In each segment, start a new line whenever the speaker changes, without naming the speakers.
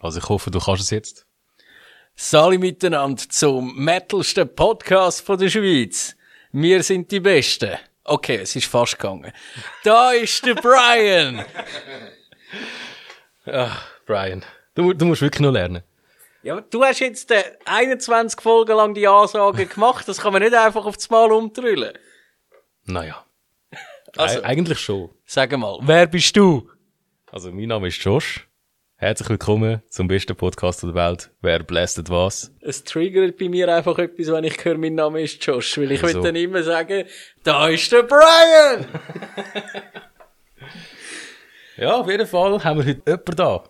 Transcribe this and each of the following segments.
Also ich hoffe, du kannst es jetzt.
Sali miteinander zum metalsten Podcast von der Schweiz. Wir sind die Besten. Okay, es ist fast gegangen. Da ist der Brian.
Ach, Brian, du, du musst wirklich noch lernen.
Ja, aber du hast jetzt äh, 21 Folgen lang die Ansage gemacht. Das kann man nicht einfach aufs Mal umtrüllen.
Naja.
Also-
Also, eigentlich schon.
Sag mal, wer bist du?
Also mein Name ist Josh. Herzlich willkommen zum besten Podcast der Welt. Wer blästet was?
Es triggert bei mir einfach etwas, wenn ich höre, mein Name ist Josh. Weil ich
Wieso?
will dann immer sagen, da ist der Brian.
Ja, auf jeden Fall haben wir heute jemanden da.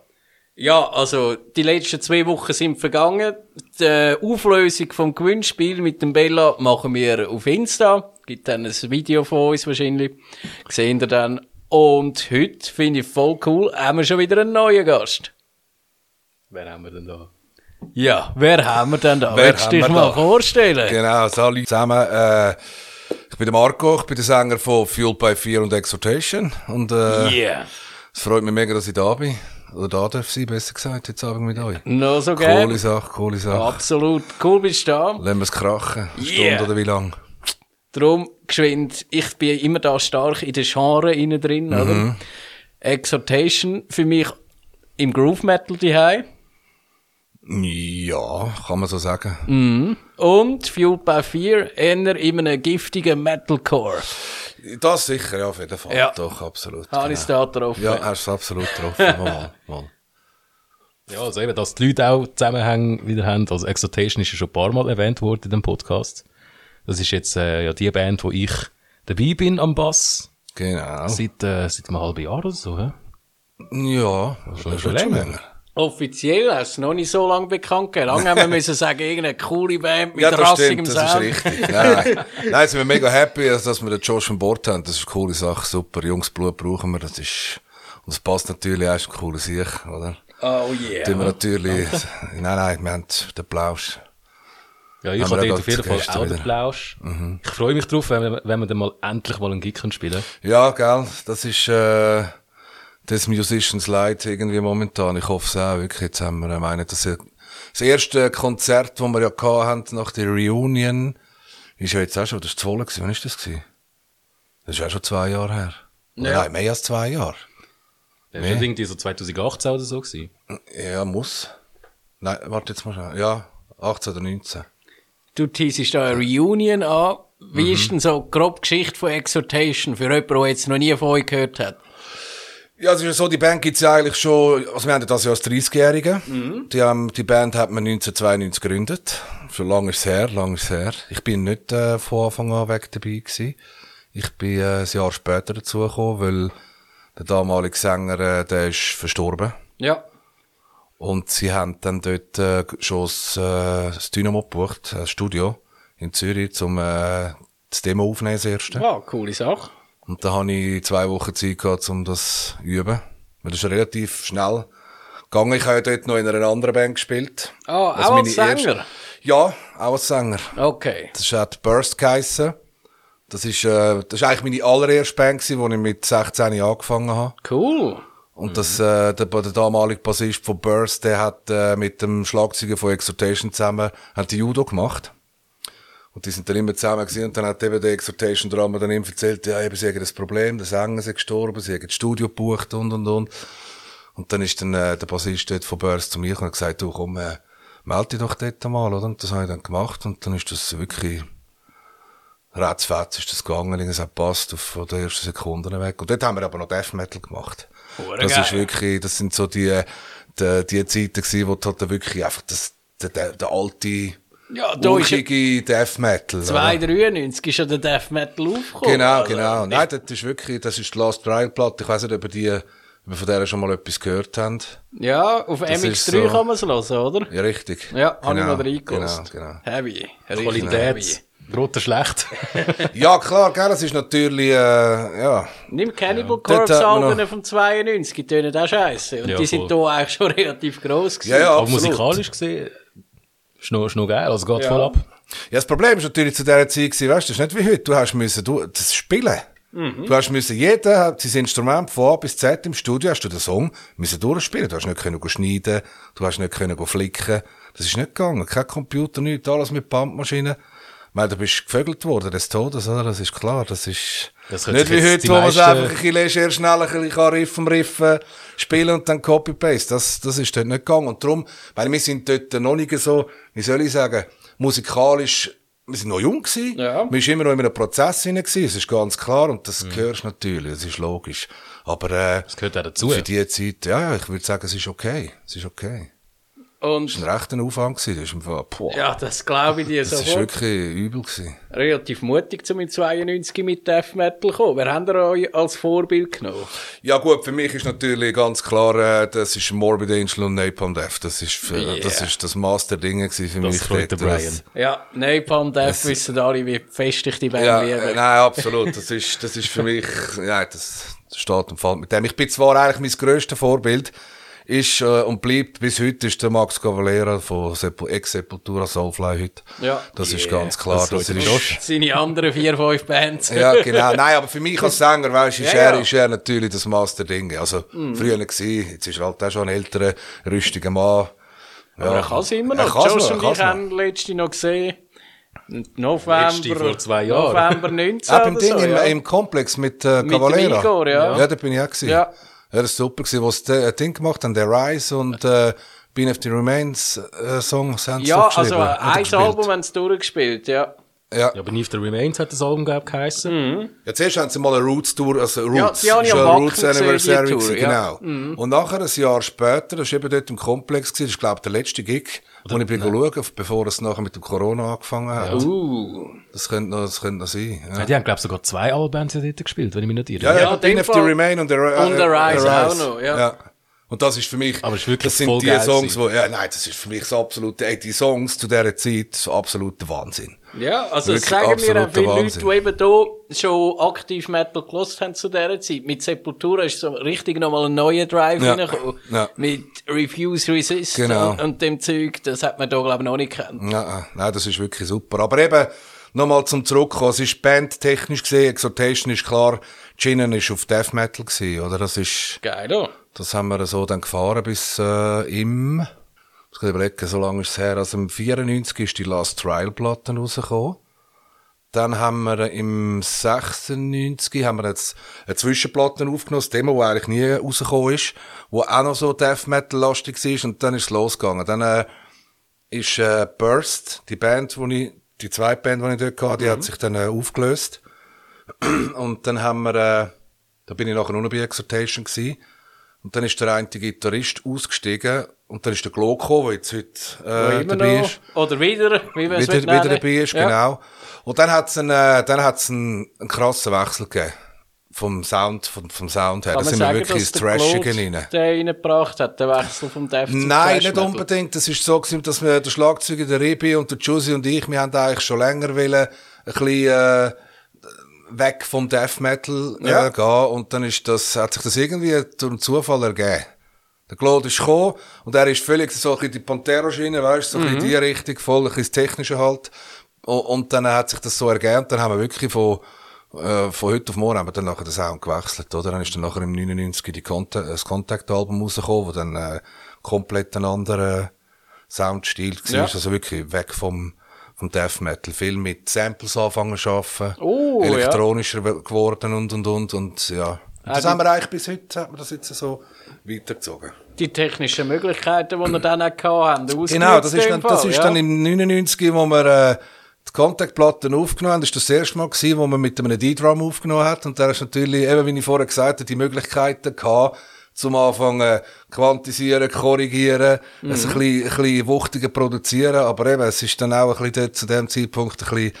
Ja, also die letzten zwei Wochen sind vergangen. Die äh, Auflösung vom Gewinnspiel mit dem Bella machen wir auf Insta. Gibt dann ein Video von uns wahrscheinlich. Sehen ihr dann. Und heute finde ich voll cool, haben wir schon wieder einen neuen Gast.
Wer haben wir denn da?
Ja, wer haben wir denn da?
Wer
Willst du
haben
dich
wir
mal
da?
vorstellen?
Genau, salut zusammen. Äh, ich bin der Marco, ich bin der Sänger von Fueled by Fear und Exhortation. Und äh,
Yeah.
es freut mich mega, dass ich da bin. Oder da darf sein, besser gesagt, heute Abend mit euch.
Noch so
Coole
gerne.
Sache, coole Sache.
Absolut. Cool bist du da.
Lassen wir es krachen. Eine
Yeah.
Stunde oder wie lang?
Darum, geschwind, ich bin immer da stark in den Genre innen
Mhm.
drin, oder? Exhortation für mich im Groove Metal daheim
Ja, kann man so sagen.
und Fueled by Fear eher in einem giftigen Metalcore.
Das sicher, ja, auf jeden Fall.
Mm. Ja.
Doch, absolut.
Habe ich es da drauf.
Ja, hast du es absolut getroffen. mal, mal.
Ja, also eben, dass die Leute auch Zusammenhänge wieder haben. Also Exhortation ist ja schon ein paar Mal erwähnt worden in dem Podcast. Das ist jetzt äh, ja die Band, wo ich dabei bin am Bass.
Genau.
Seit, äh, seit einem halben Jahr oder so. hä?
Ja,
schon
das ist schon
länger.
länger.
Offiziell hast du es noch nicht so lange bekannt gegeben. Lange haben wir müssen sagen, irgendeine coole Band mit
das
rassigem
stimmt, das ist
Sound.
richtig. Nein, nein, sind wir mega happy, also, dass wir den Josh an Bord haben. Das ist eine coole Sache, super. Jungs Blut brauchen wir, das ist, und das passt natürlich auch, ist eine coole Sicht, oder?
Oh
Tun wir
yeah.
natürlich, nein, nein, wir haben den Plausch.
Ja, ich
Haben
habe
wir
dort
auch
auf jeden Fall
gestern
auch den
wieder. Mhm.
Plausch. Ich freue mich drauf, wenn wir, wenn wir dann mal endlich mal einen Gig können spielen
Ja, gell, das ist, äh, das Musicians Light irgendwie momentan. Ich hoffe es auch, wirklich. Jetzt haben wir, ich meine, das, ist das erste Konzert, das wir ja gehabt haben nach der Reunion, ist ja jetzt auch schon, das war zu Wolle gewesen. Wann ist das gewesen? Das ist auch schon zwei Jahre her. Oder
Ja.
Nein, mehr als zwei Jahre.
Das war irgendwie so 2018 oder so. Gewesen.
Ja, muss. Nein, warte jetzt mal schnell. Ja, 18 oder 19.
Du teasest da eine Reunion an.
Mhm.
Wie ist denn so grob die Geschichte von Exhortation für jemanden, der jetzt noch nie von euch gehört hat?
Ja, es ist ja so, die Band gibt's ja eigentlich schon, also wir haben das ja als 30-Jährige. Die, haben- die Band hat man 1992 gegründet. Schon lange ist es her, lange ist es her. Ich bin nicht äh, von Anfang an weg dabei gewesen. Ich bin äh, ein Jahr später dazugekommen, weil der damalige Sänger, äh, der ist verstorben.
Ja.
Und sie haben dann dort äh, schon das, äh, das Dynamo gebucht, das Studio in Zürich, zum äh, das Demo aufnehmen, das erste.
Wow, Ah, coole Sache.
Und da habe ich zwei Wochen Zeit gehabt, um das zu üben. Weil das ist relativ schnell gegangen. Ich habe ja dort noch in einer anderen Band gespielt. Also
Ah, auch
meine
als Sänger?
erste- Ja, auch als Sänger.
Okay.
Das hat Burst geheissen. Das ist, äh, das ist eigentlich meine allererste Band gewesen, wo ich mit 16 angefangen habe.
Cool.
Und das, äh, der, der damalige Bassist von Burst, der hat äh, mit dem Schlagzeuger von Exhortation zusammen hat die Judo gemacht. Und die sind dann immer zusammen gewesen. und dann hat eben der Exhortation Drama dann ihm erzählt, ja, eben, sie haben das Problem, der Sänger ist gestorben, sie haben das Studio gebucht und, und, und. Und dann ist dann, äh, der Bassist dort von Burst zu mir gekommen und hat gesagt, du komm, äh, melde dich doch dort mal, oder? Und das habe ich dann gemacht und dann ist das wirklich, ratzfatz ist das gegangen, es hat passt auf von der ersten Sekunde weg. Und dort haben wir aber noch Death Metal gemacht.
Hure
Das ist
geil.
wirklich, das sind so die, äh, die, die Zeiten gewesen, wo du halt dann wirklich einfach das, der, der, der alte,
Ja, Ah, da ist ja
Ulkige Death Metal. oder?
293 ist ja der Death Metal aufgekommen.
Genau,
Also,
genau. Nein, das ist wirklich, das ist die Last Trial Platte. Ich weiß nicht, ob ihr die, ob ihr von der schon mal etwas gehört habt.
Ja, auf
ist
MX3
so.
kann man es hören, oder?
Ja, richtig.
Ja, habe ich
Genau,
noch reingelassen.
Genau, genau.
Heavy. Richtig heavy.
Qualität, rot oder schlecht.
genau. Ja, klar, gell, das ist natürlich, äh, ja. eh,
Nimm Cannibal
Dort
Corpse
hat man
Alben
noch-
vom 92, die tönen auch scheiße. Und
Ja,
die
voll.
sind hier eigentlich schon relativ gross gewesen.
Ja, ja,
Aber
absolut.
musikalisch gesehen ist noch, ist noch geil, also geht
Ja.
voll ab.
Ja, das Problem ist natürlich zu dieser Zeit gewesen, weißt du, das ist nicht wie heute. Du hast müssen, du, das Spielen.
Mhm.
Du hast müssen, jeder hat sein Instrument von A bis Z im Studio, hast du den Song müssen durchspielen. Du hast nicht können schneiden, du hast nicht können flicken. Das ist nicht gegangen. Kein Computer, nichts, alles mit Bandmaschine. Ich meine, du bist gevögelt worden des Todes, oder? Das ist klar, das ist
Das können
nicht
sich
wie
jetzt
heute,
die
wo man es
meisten-
einfach ein bisschen leger, schnell ein bisschen kann riffen, riffen, spielen und dann Copy-Paste. Das, das ist dort nicht gegangen. Und darum, ich meine, wir sind dort noch nicht so, wie soll ich sagen, musikalisch, wir sind noch jung gewesen.
Ja.
Man ist immer noch in einem Prozess hinein gewesen. Das ist ganz klar und das gehörst du natürlich, das ist logisch. Aber, äh,
Das gehört auch dazu.
für die Zeit, ja, ja, ich würde sagen, es ist okay. Es ist okay.
Und
Es war ein rechter Aufwand gewesen. Das ist im Fall, boah,
ja, das glaube ich dir
das ist
sofort.
wirklich übel gewesen.
Relativ mutig, zum in 92 mit Death Metal zu kommen. Wer habt ihr euch als Vorbild genommen?
Ja gut, für mich ist natürlich ganz klar, äh, das ist Morbid Angel und Napalm Death. Das ist, für,
Yeah.
das, ist das Master-Ding gewesen für
Das
mich.
freut den
dort.
Brian.
Ja, Napalm Death wissen alle, wie fest ich die Band
Ja,
liebe.
äh, nein, absolut. Das ist, das ist für mich, nein, das steht und fällt mit dem. Ich bin zwar eigentlich mein grösstes Vorbild, ist äh, und bleibt bis heute ist der Max Cavalera von Sepul Ex-Sepultura Soulfly heute.
Ja.
Das ist
Yeah.
ganz klar.
Das
Das,
freut den
ist,
Josh.
Seine anderen vier, fünf Bands.
Ja, genau. Nein, aber für mich als Sänger, weißt du, ist,
Ja,
er,
ja. Mhm.
ist er natürlich das Master-Ding. Also, früher gewesen, jetzt ist er halt auch schon ein älterer, rüstiger Mann. Ja.
Aber er kann es immer
Er
noch.
kann's
Josh und
noch, er
ich
kann's
haben letzte noch gesehen. November.
Letzte vor zwei Jahren.
November 19.
Auch beim
oder
Ding
so,
im,
ja.
im Komplex mit äh,
dem
Cavalera.
Igor, ja.
ja, da bin ich auch gewesen.
Ja.
Ja. ja, das war super gewesen, was der äh, Ding gemacht haben, der Rise und, äh, Been of the Remains äh, Songs haben sie
ja,
doch
also
geschrieben, haben sie
ein
gespielt.
Album haben sie durchgespielt, ja.
Ja.
Ja, aber Need the Remains hat das Album, glaube ich, geheissen.
Ja, zuerst haben sie mal eine Roots-Tour, also Roots,
die habe ich
ist ja
am Wacken
Roots
gesehen, die
Anniversary,
Tour,
gewesen,
ja. Mhm.
genau. Und nachher, ein Jahr später, das war eben dort im Komplex, gewesen, das war, glaube ich, der letzte Gig, wo ich bin schauen, bevor es nachher mit dem Corona angefangen hat.
Uh.
Das könnte noch, das könnte noch sein. Ja.
Ja, die haben, glaube ich, sogar zwei Alben haben sie dort gespielt, wenn ich mich nicht irre.
Ja,
Ja,
ja,
in
ja Pin
dem
of the äh,
Fall.
Remain und der,
Und The Rise auch noch, ja.
Und das ist für mich,
Aber es ist wirklich
das sind
voll
die
geil
Songs,
gewesen.
wo, ja, nein, das ist für mich das absolute, ey, die Songs zu dieser Zeit, das absolute Wahnsinn.
Ja, also das
Wirklich
sagen mir auch
absoluter
viele Leute,
Wahnsinn.
die eben hier schon aktiv Metal gelost haben zu dieser Zeit. Mit Sepultura ist so richtig nochmal ein neuer Drive
Ja.
reingekommen.
Ja.
Mit Refuse Resist
Genau.
und, und dem Zeug, das hat man da glaube ich noch nicht gekannt.
Ja, äh, nein, das ist wirklich super. Aber eben, nochmal zum Zurückkommen. Es ist bandtechnisch gesehen, Exhortation ist klar, Ginnen ist auf Death Metal gewesen, oder? Das ist,
Geil, oder?
das haben wir so dann gefahren bis, äh, im, ich muss gerade überlegen, so lange ist es her. Also im 94 ist die Last Trial Platte rausgekommen. Dann haben wir im 96 haben wir jetzt eine Zwischenplatte aufgenommen, das Demo, das eigentlich nie rausgekommen ist, wo auch noch so Death Metal lastig war und dann ist es losgegangen. Dann, äh, ist äh, Burst, die Band, wo ich, die zweite Band, die ich dort hatte,
Mhm.
die hat sich dann äh, aufgelöst. Und dann haben wir, äh, da bin ich nachher nur noch bei Exhortation gewesen. Und dann ist der eine Gitarrist ausgestiegen und dann ist der Glock gekommen, der jetzt heute äh,
Immer
dabei
noch.
ist.
Oder wieder, wie wir es
Wieder, wieder
nennen.
dabei ist,
Ja.
genau. Und dann hat's einen, äh, dann hat's einen, einen krassen Wechsel gegeben. Vom Sound, vom, vom Sound her. Da
Kann man
sind wir
sagen,
wirklich
dass
ins
der
Trashige
Claude
rein.
den reingebracht hat, den Wechsel vom Death zum
Nein,
Thrash
nicht
Metal?
unbedingt. Es ist so gewesen, dass wir, der Schlagzeuger, der Ribi und der Juicy und ich, wir haben eigentlich schon länger wollen, ein bisschen, äh, weg vom Death Metal, äh,
Ja.
gehen. Und dann ist das, hat sich das irgendwie durch einen Zufall ergeben. Der Claude ist gekommen und er ist völlig so ein bisschen die Pantera-Schiene, weißt du, so ein
Mhm.
bisschen die Richtung, voll ein bisschen das Technische halt. Und, und dann hat sich das so ergeben und dann haben wir wirklich von, äh, von heute auf morgen haben wir dann nachher den Sound gewechselt, oder? Dann ist dann nachher im 99 die Conta das Contact-Album rausgekommen, wo dann äh, komplett ein anderer Soundstil war.
Ja.
Also wirklich weg vom, vom Death Metal. Viel mit Samples anfangen zu arbeiten
Oh, ja.
elektronischer we- geworden und und und und ja. Und das
die-
haben wir eigentlich bis heute, hat man das jetzt so weitergezogen.
Die technischen Möglichkeiten, die wir dann auch hatten, ausgenutzt
Genau, das ist
in
dann,
dem
das
Fall,
ist
ja.
dann im 99, wo wir äh, die Kontaktplatten aufgenommen haben, das ist das erste Mal gewesen, wo man mit einem D-Drum aufgenommen hat und da ist natürlich, eben wie ich vorher gesagt habe, die Möglichkeiten gehabt, zum Anfangen äh, quantisieren, korrigieren, es ein bisschen, ein bisschen wuchtiger produzieren, aber eben, es ist dann auch ein bisschen dort, zu dem Zeitpunkt ein bisschen,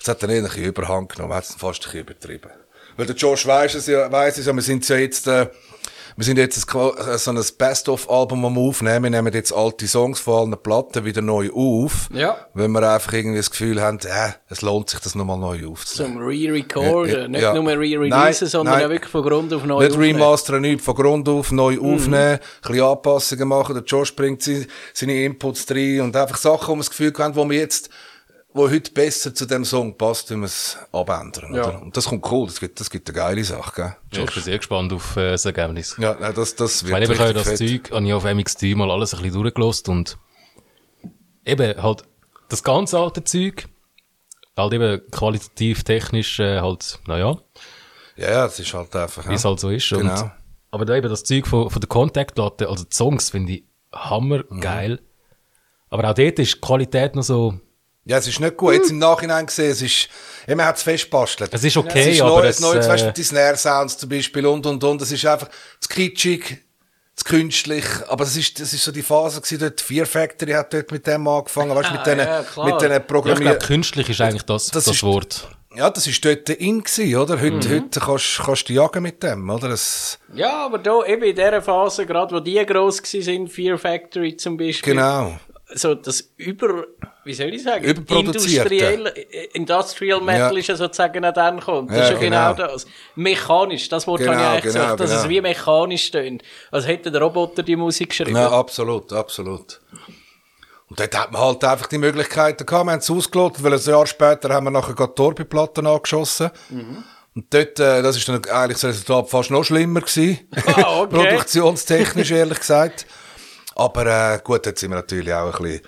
es hat dann eher ein bisschen Überhand genommen, hat es fast ein bisschen übertrieben. Weil der Josh weiss es ja, weiss es ja, wir sind ja jetzt, äh, wir sind jetzt ein Qua- äh, so ein Best-of-Album am Aufnehmen. Wir nehmen jetzt alte Songs von allen Platten wieder neu auf.
Ja.
Wenn wir einfach irgendwie das Gefühl haben, äh, es lohnt sich, das nochmal neu aufzunehmen.
Zum Re-Recorden,
Ja, ja,
nicht
ja.
nur
Nein,
Re-Releasen, sondern
nein.
auch wirklich von Grund auf neu
Nicht
aufnehmen. Mhm.
remasteren, nichts von Grund auf, neu aufnehmen, ein bisschen Anpassungen machen. Der Josh bringt seine, seine Inputs rein und einfach Sachen, wo wir das Gefühl haben, wo wir jetzt wo heute besser zu dem Song passt, wenn wir es abändern.
Ja.
Oder? Und das kommt cool, das gibt, das gibt eine geile Sache, gell?
Ja, ich bin sehr gespannt auf äh, das Ergebnis.
Ja, nein, das, das
Ich
wird
meine, eben, ich habe ja
richtig
das
fett.
Zeug, habe ich auf MX3 mal alles ein bisschen durchgelost und eben halt das ganz alte Zeug, halt eben qualitativ, technisch äh, halt, naja,
Ja, ja, es ist halt einfach.
wie es
ja.
halt so ist.
Genau.
Und, aber da eben das Zeug von, von der Contact-Platte, also die Songs, finde ich hammergeil.
Mhm.
Aber auch dort ist die Qualität noch so,
Ja, es ist nicht gut. Jetzt im Nachhinein gesehen, es ist, ja, man hat es festbastelt.
Es ist okay,
es ist
aber
Neues,
es,
neues,
äh,
weißt du, die Snare Sounds zum Beispiel und, und, und. Es ist einfach zu kitschig, zu künstlich. Aber es ist, das ist so die Phase gewesen, dort, Fear Factory hat dort mit dem angefangen, weißt du, mit
Ah,
diesen,
ja, klar.
mit diesen
ja, ich
Programmier
glaube, künstlich ist eigentlich das, das,
das ist-
Wort.
Ja, das ist dort in gewesen, oder? Heute,
Mhm.
heute kannst, kannst du jagen mit dem, oder? Es,
Ja, aber da, eben in dieser Phase, gerade wo die gross waren, Fear Factory zum Beispiel,
genau.
so das über, wie soll ich sagen,
Überproduzierte.
Industrielle, äh, Industrial Metal
Ja.
ist ja sozusagen an den gekommen. Das
Ja,
ist ja genau,
genau.
das. Mechanisch, das Wort
Genau,
habe ich eigentlich
genau,
gesagt, dass
genau.
es wie mechanisch tönt. Als hätte der Roboter die Musik geschrieben.
Ja, absolut, absolut. Und dort hat man halt einfach die Möglichkeiten gehabt. Wir haben es ausgelotet, weil ein Jahr später haben wir nachher gerade Torbeplatten angeschossen.
Mhm.
Und dort, äh, das ist dann eigentlich das Resultat fast noch schlimmer gewesen.
Ah, okay.
Produktionstechnisch, ehrlich gesagt. Aber äh, gut, jetzt sind wir natürlich auch ein bisschen,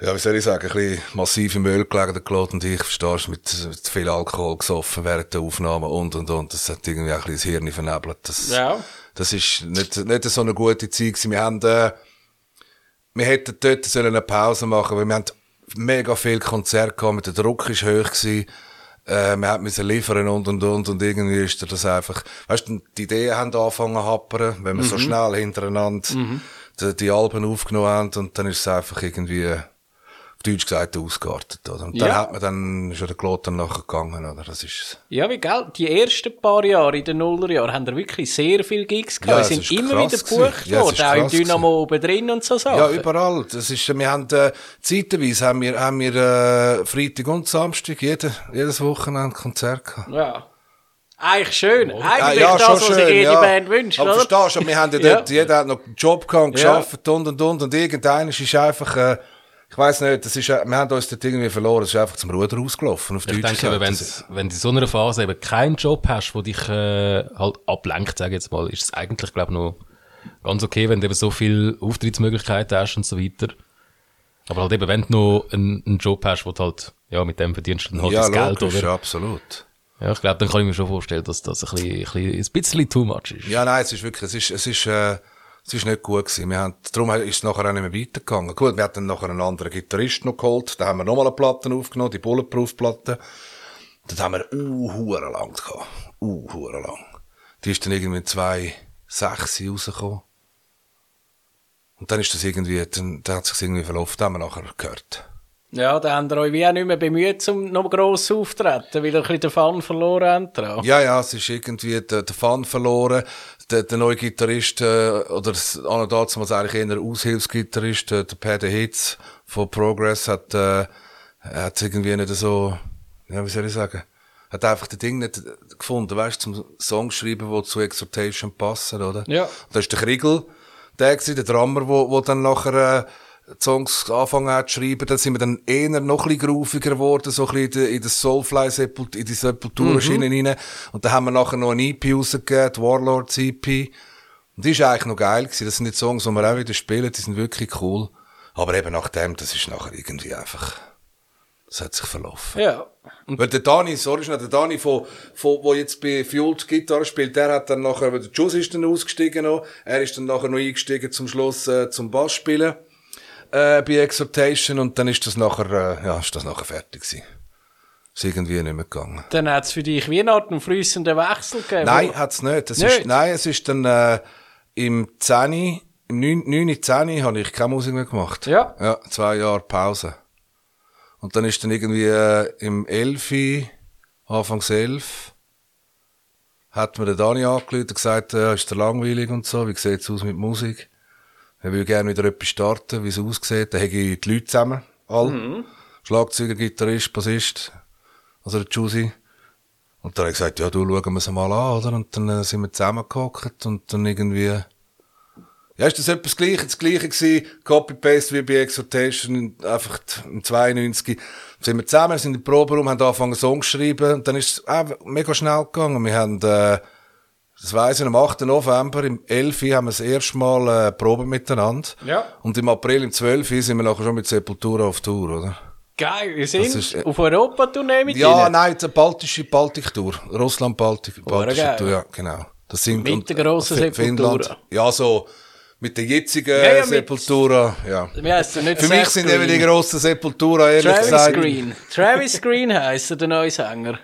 ja, wie soll ich sagen, ein bisschen massiv im Öl gelegen, der Claude und ich, verstehst du, mit, mit viel Alkohol gesoffen während der Aufnahme und, und, und. Das hat irgendwie auch ein bisschen das Hirn vernebelt. Das,
Ja.
das ist nicht, nicht so eine gute Zeit gewesen. Wir haben, äh, wir hätten dort sollen eine Pause machen weil wir haben mega viel Konzerte gehabt, mit der Druck ist hoch gewesen, äh, wir haben müssen liefern und und und und irgendwie ist das einfach, weißt du, die Ideen haben angefangen zu happern, wenn wir so schnell hintereinander die, die Alben aufgenommen haben und dann ist es einfach irgendwie, auf Deutsch gesagt, ausgeartet, oder? Und dann
Ja.
hat man dann, ist ja der Claude dann nachher gegangen, oder? Das ist,
Ja, wie gell? Die ersten paar Jahre in den Nullerjahren haben da wirklich sehr viele Gigs
Ja,
gehabt.
es
Die
ist
sind immer
krass
wieder gebucht
gewesen. Ja, es
worden,
ist
auch im
krass gewesen.
Dynamo oben drin und so Sachen.
Ja, überall. Das ist, wir haben, äh, zeitweise haben wir, haben wir äh, Freitag und Samstag jede, jedes Wochenende Konzert gehabt.
Ja. Eigentlich schön.
Ah,
Eigentlich das, was sich jede Band wünscht,
Aber
oder?
verstehst du, wir haben ja dort, jeder hat noch einen Job gehabt und
Ja.
gearbeitet und und und und irgendeiner ist einfach, äh, ich weiss nicht, das ist, äh, wir haben uns dort irgendwie verloren, dus es ist einfach zum Ruder ausgelaufen, auf
Ich
Deutsch
denke, eben, wenn,
Das ist-
wenn du in so einer Phase eben keinen Job hast, wo dich äh, halt ablenkt, sage ich jetzt mal, ist es eigentlich, glaube ich, noch ganz okay, wenn du eben so viele Auftrittsmöglichkeiten hast und so weiter. Aber halt eben, wenn du noch einen, einen Job hast, wo du halt, ja, mit dem verdienst du dann halt
ja,
das Geld,
logisch,
oder?
ja, absolut.
Ja, ich glaube, dann kann ich mir schon vorstellen, dass das ein bisschen, ein bisschen, ein bisschen too much ist.
Ja, nein, es ist wirklich, es ist, es ist, äh, es ist nicht gut gewesen. Wir haben, darum ist es nachher auch nicht mehr weitergegangen. Gut, wir hatten dann nachher einen anderen Gitarristen noch geholt. Da haben wir nochmal eine Platte aufgenommen, die Bulletproof-Platte. Dort haben wir uhuere lang gehabt. Uhuere lang. Die ist dann irgendwie zwei, sechs rausgekommen. Und dann ist das irgendwie, dann, dann hat sich irgendwie verlaufen, das haben wir nachher gehört.
Ja, da habt ihr euch wie auch nicht mehr bemüht, um noch gross aufzutreten, weil ihr ein bisschen den Fun verloren habt. dran.
Ja, ja, es ist irgendwie der, der Fun verloren. Der, der neue Gitarrist, äh, oder s- an und dazu was eigentlich eher Aushilfsgitarrist, äh, der Paddy Hitz von Progress, hat, äh, hat irgendwie nicht so, ja, wie soll ich sagen, hat einfach das Ding nicht gefunden, weißt zum Song schreiben, wo zu Exhortation passen, oder?
Ja.
Da ist der Kriegel, der gsi, der Drummer, wo, wo dann nachher, äh, die Songs angefangen hat zu schreiben, dann sind wir dann eher noch ein bisschen grooviger geworden, so ein bisschen in die- in das Soulfly, -Sepult in die Sepulturenschiene rein. Und dann haben wir nachher noch eine EP rausgegeben, die Warlords EP. Und die ist eigentlich noch geil gewesen. Das sind die Songs, die wir auch wieder spielen, die sind wirklich cool. Aber eben nach dem, das ist nachher irgendwie einfach, das hat sich verlaufen.
Ja.
Weil der Dani, sorry, schnell, der Dani, von, von, wo jetzt bei Fueled Gitarre spielt, der hat dann nachher, weil der Juice ist dann ausgestiegen noch, er ist dann nachher noch eingestiegen zum Schluss äh, zum Bass spielen äh, bei Exhortation und dann ist das nachher, äh, ja, ist das nachher fertig gewesen. Ist irgendwie nicht mehr gegangen.
Dann hat es für dich wie eine Art einen fließenden Wechsel gegeben.
Nein, hat's nicht. Es
Nicht?
Ist, nein, es ist dann äh, im 10, im 9, 9 10 habe ich keine Musik mehr gemacht.
Ja.
Ja, zwei Jahre Pause. Und dann ist dann irgendwie äh, im 11, Anfangs 11, hat mir der Dani angerufen und gesagt, äh, ist der langweilig und so, wie sieht's aus mit Musik? Er will gerne wieder etwas starten, wie es aussieht. Dann habe ich die Leute zusammen, alle.
Mhm.
Schlagzeuger, Gitarrist, Bassist, also der Juicy. Und dann habe ich gesagt, ja, du schauen wir es mal an, oder? Und dann äh, sind wir zusammengehockt und dann irgendwie Ja, ist das etwas Gleiches, das Gleiche gewesen, Copy-Paste wie bei Exhortation, einfach t- im 92. Sind wir zusammen, sind in den Proberaum, haben angefangen Songs zu schreiben, und dann ist es auch mega schnell gegangen. Wir haben, äh, das weiss ich, am 8. November, im 11. haben wir das erste Mal, äh, proben miteinander.
Ja.
Und im April, im 12. sind wir nachher schon mit Sepultura auf Tour, oder?
Geil, wir sind
ist, äh,
auf Europa-Tournee mit
Ja,
ihnen.
nein, die baltische Baltik-Tour. Russland-Baltik,
geil.
Baltische Tour, ja, genau. Das sind,
Mit der grossen
Fi- Finnland.
Sepultura.
Ja, so, mit der jetzigen
Ja, ja, mit-
Sepultura, ja.
Wie heisst er nicht?
Für mich
Seth
sind
Green.
eben die grossen Sepultura, ehrlich
Travis
gesagt.
Green. Travis Green heisst er, der neue Sänger.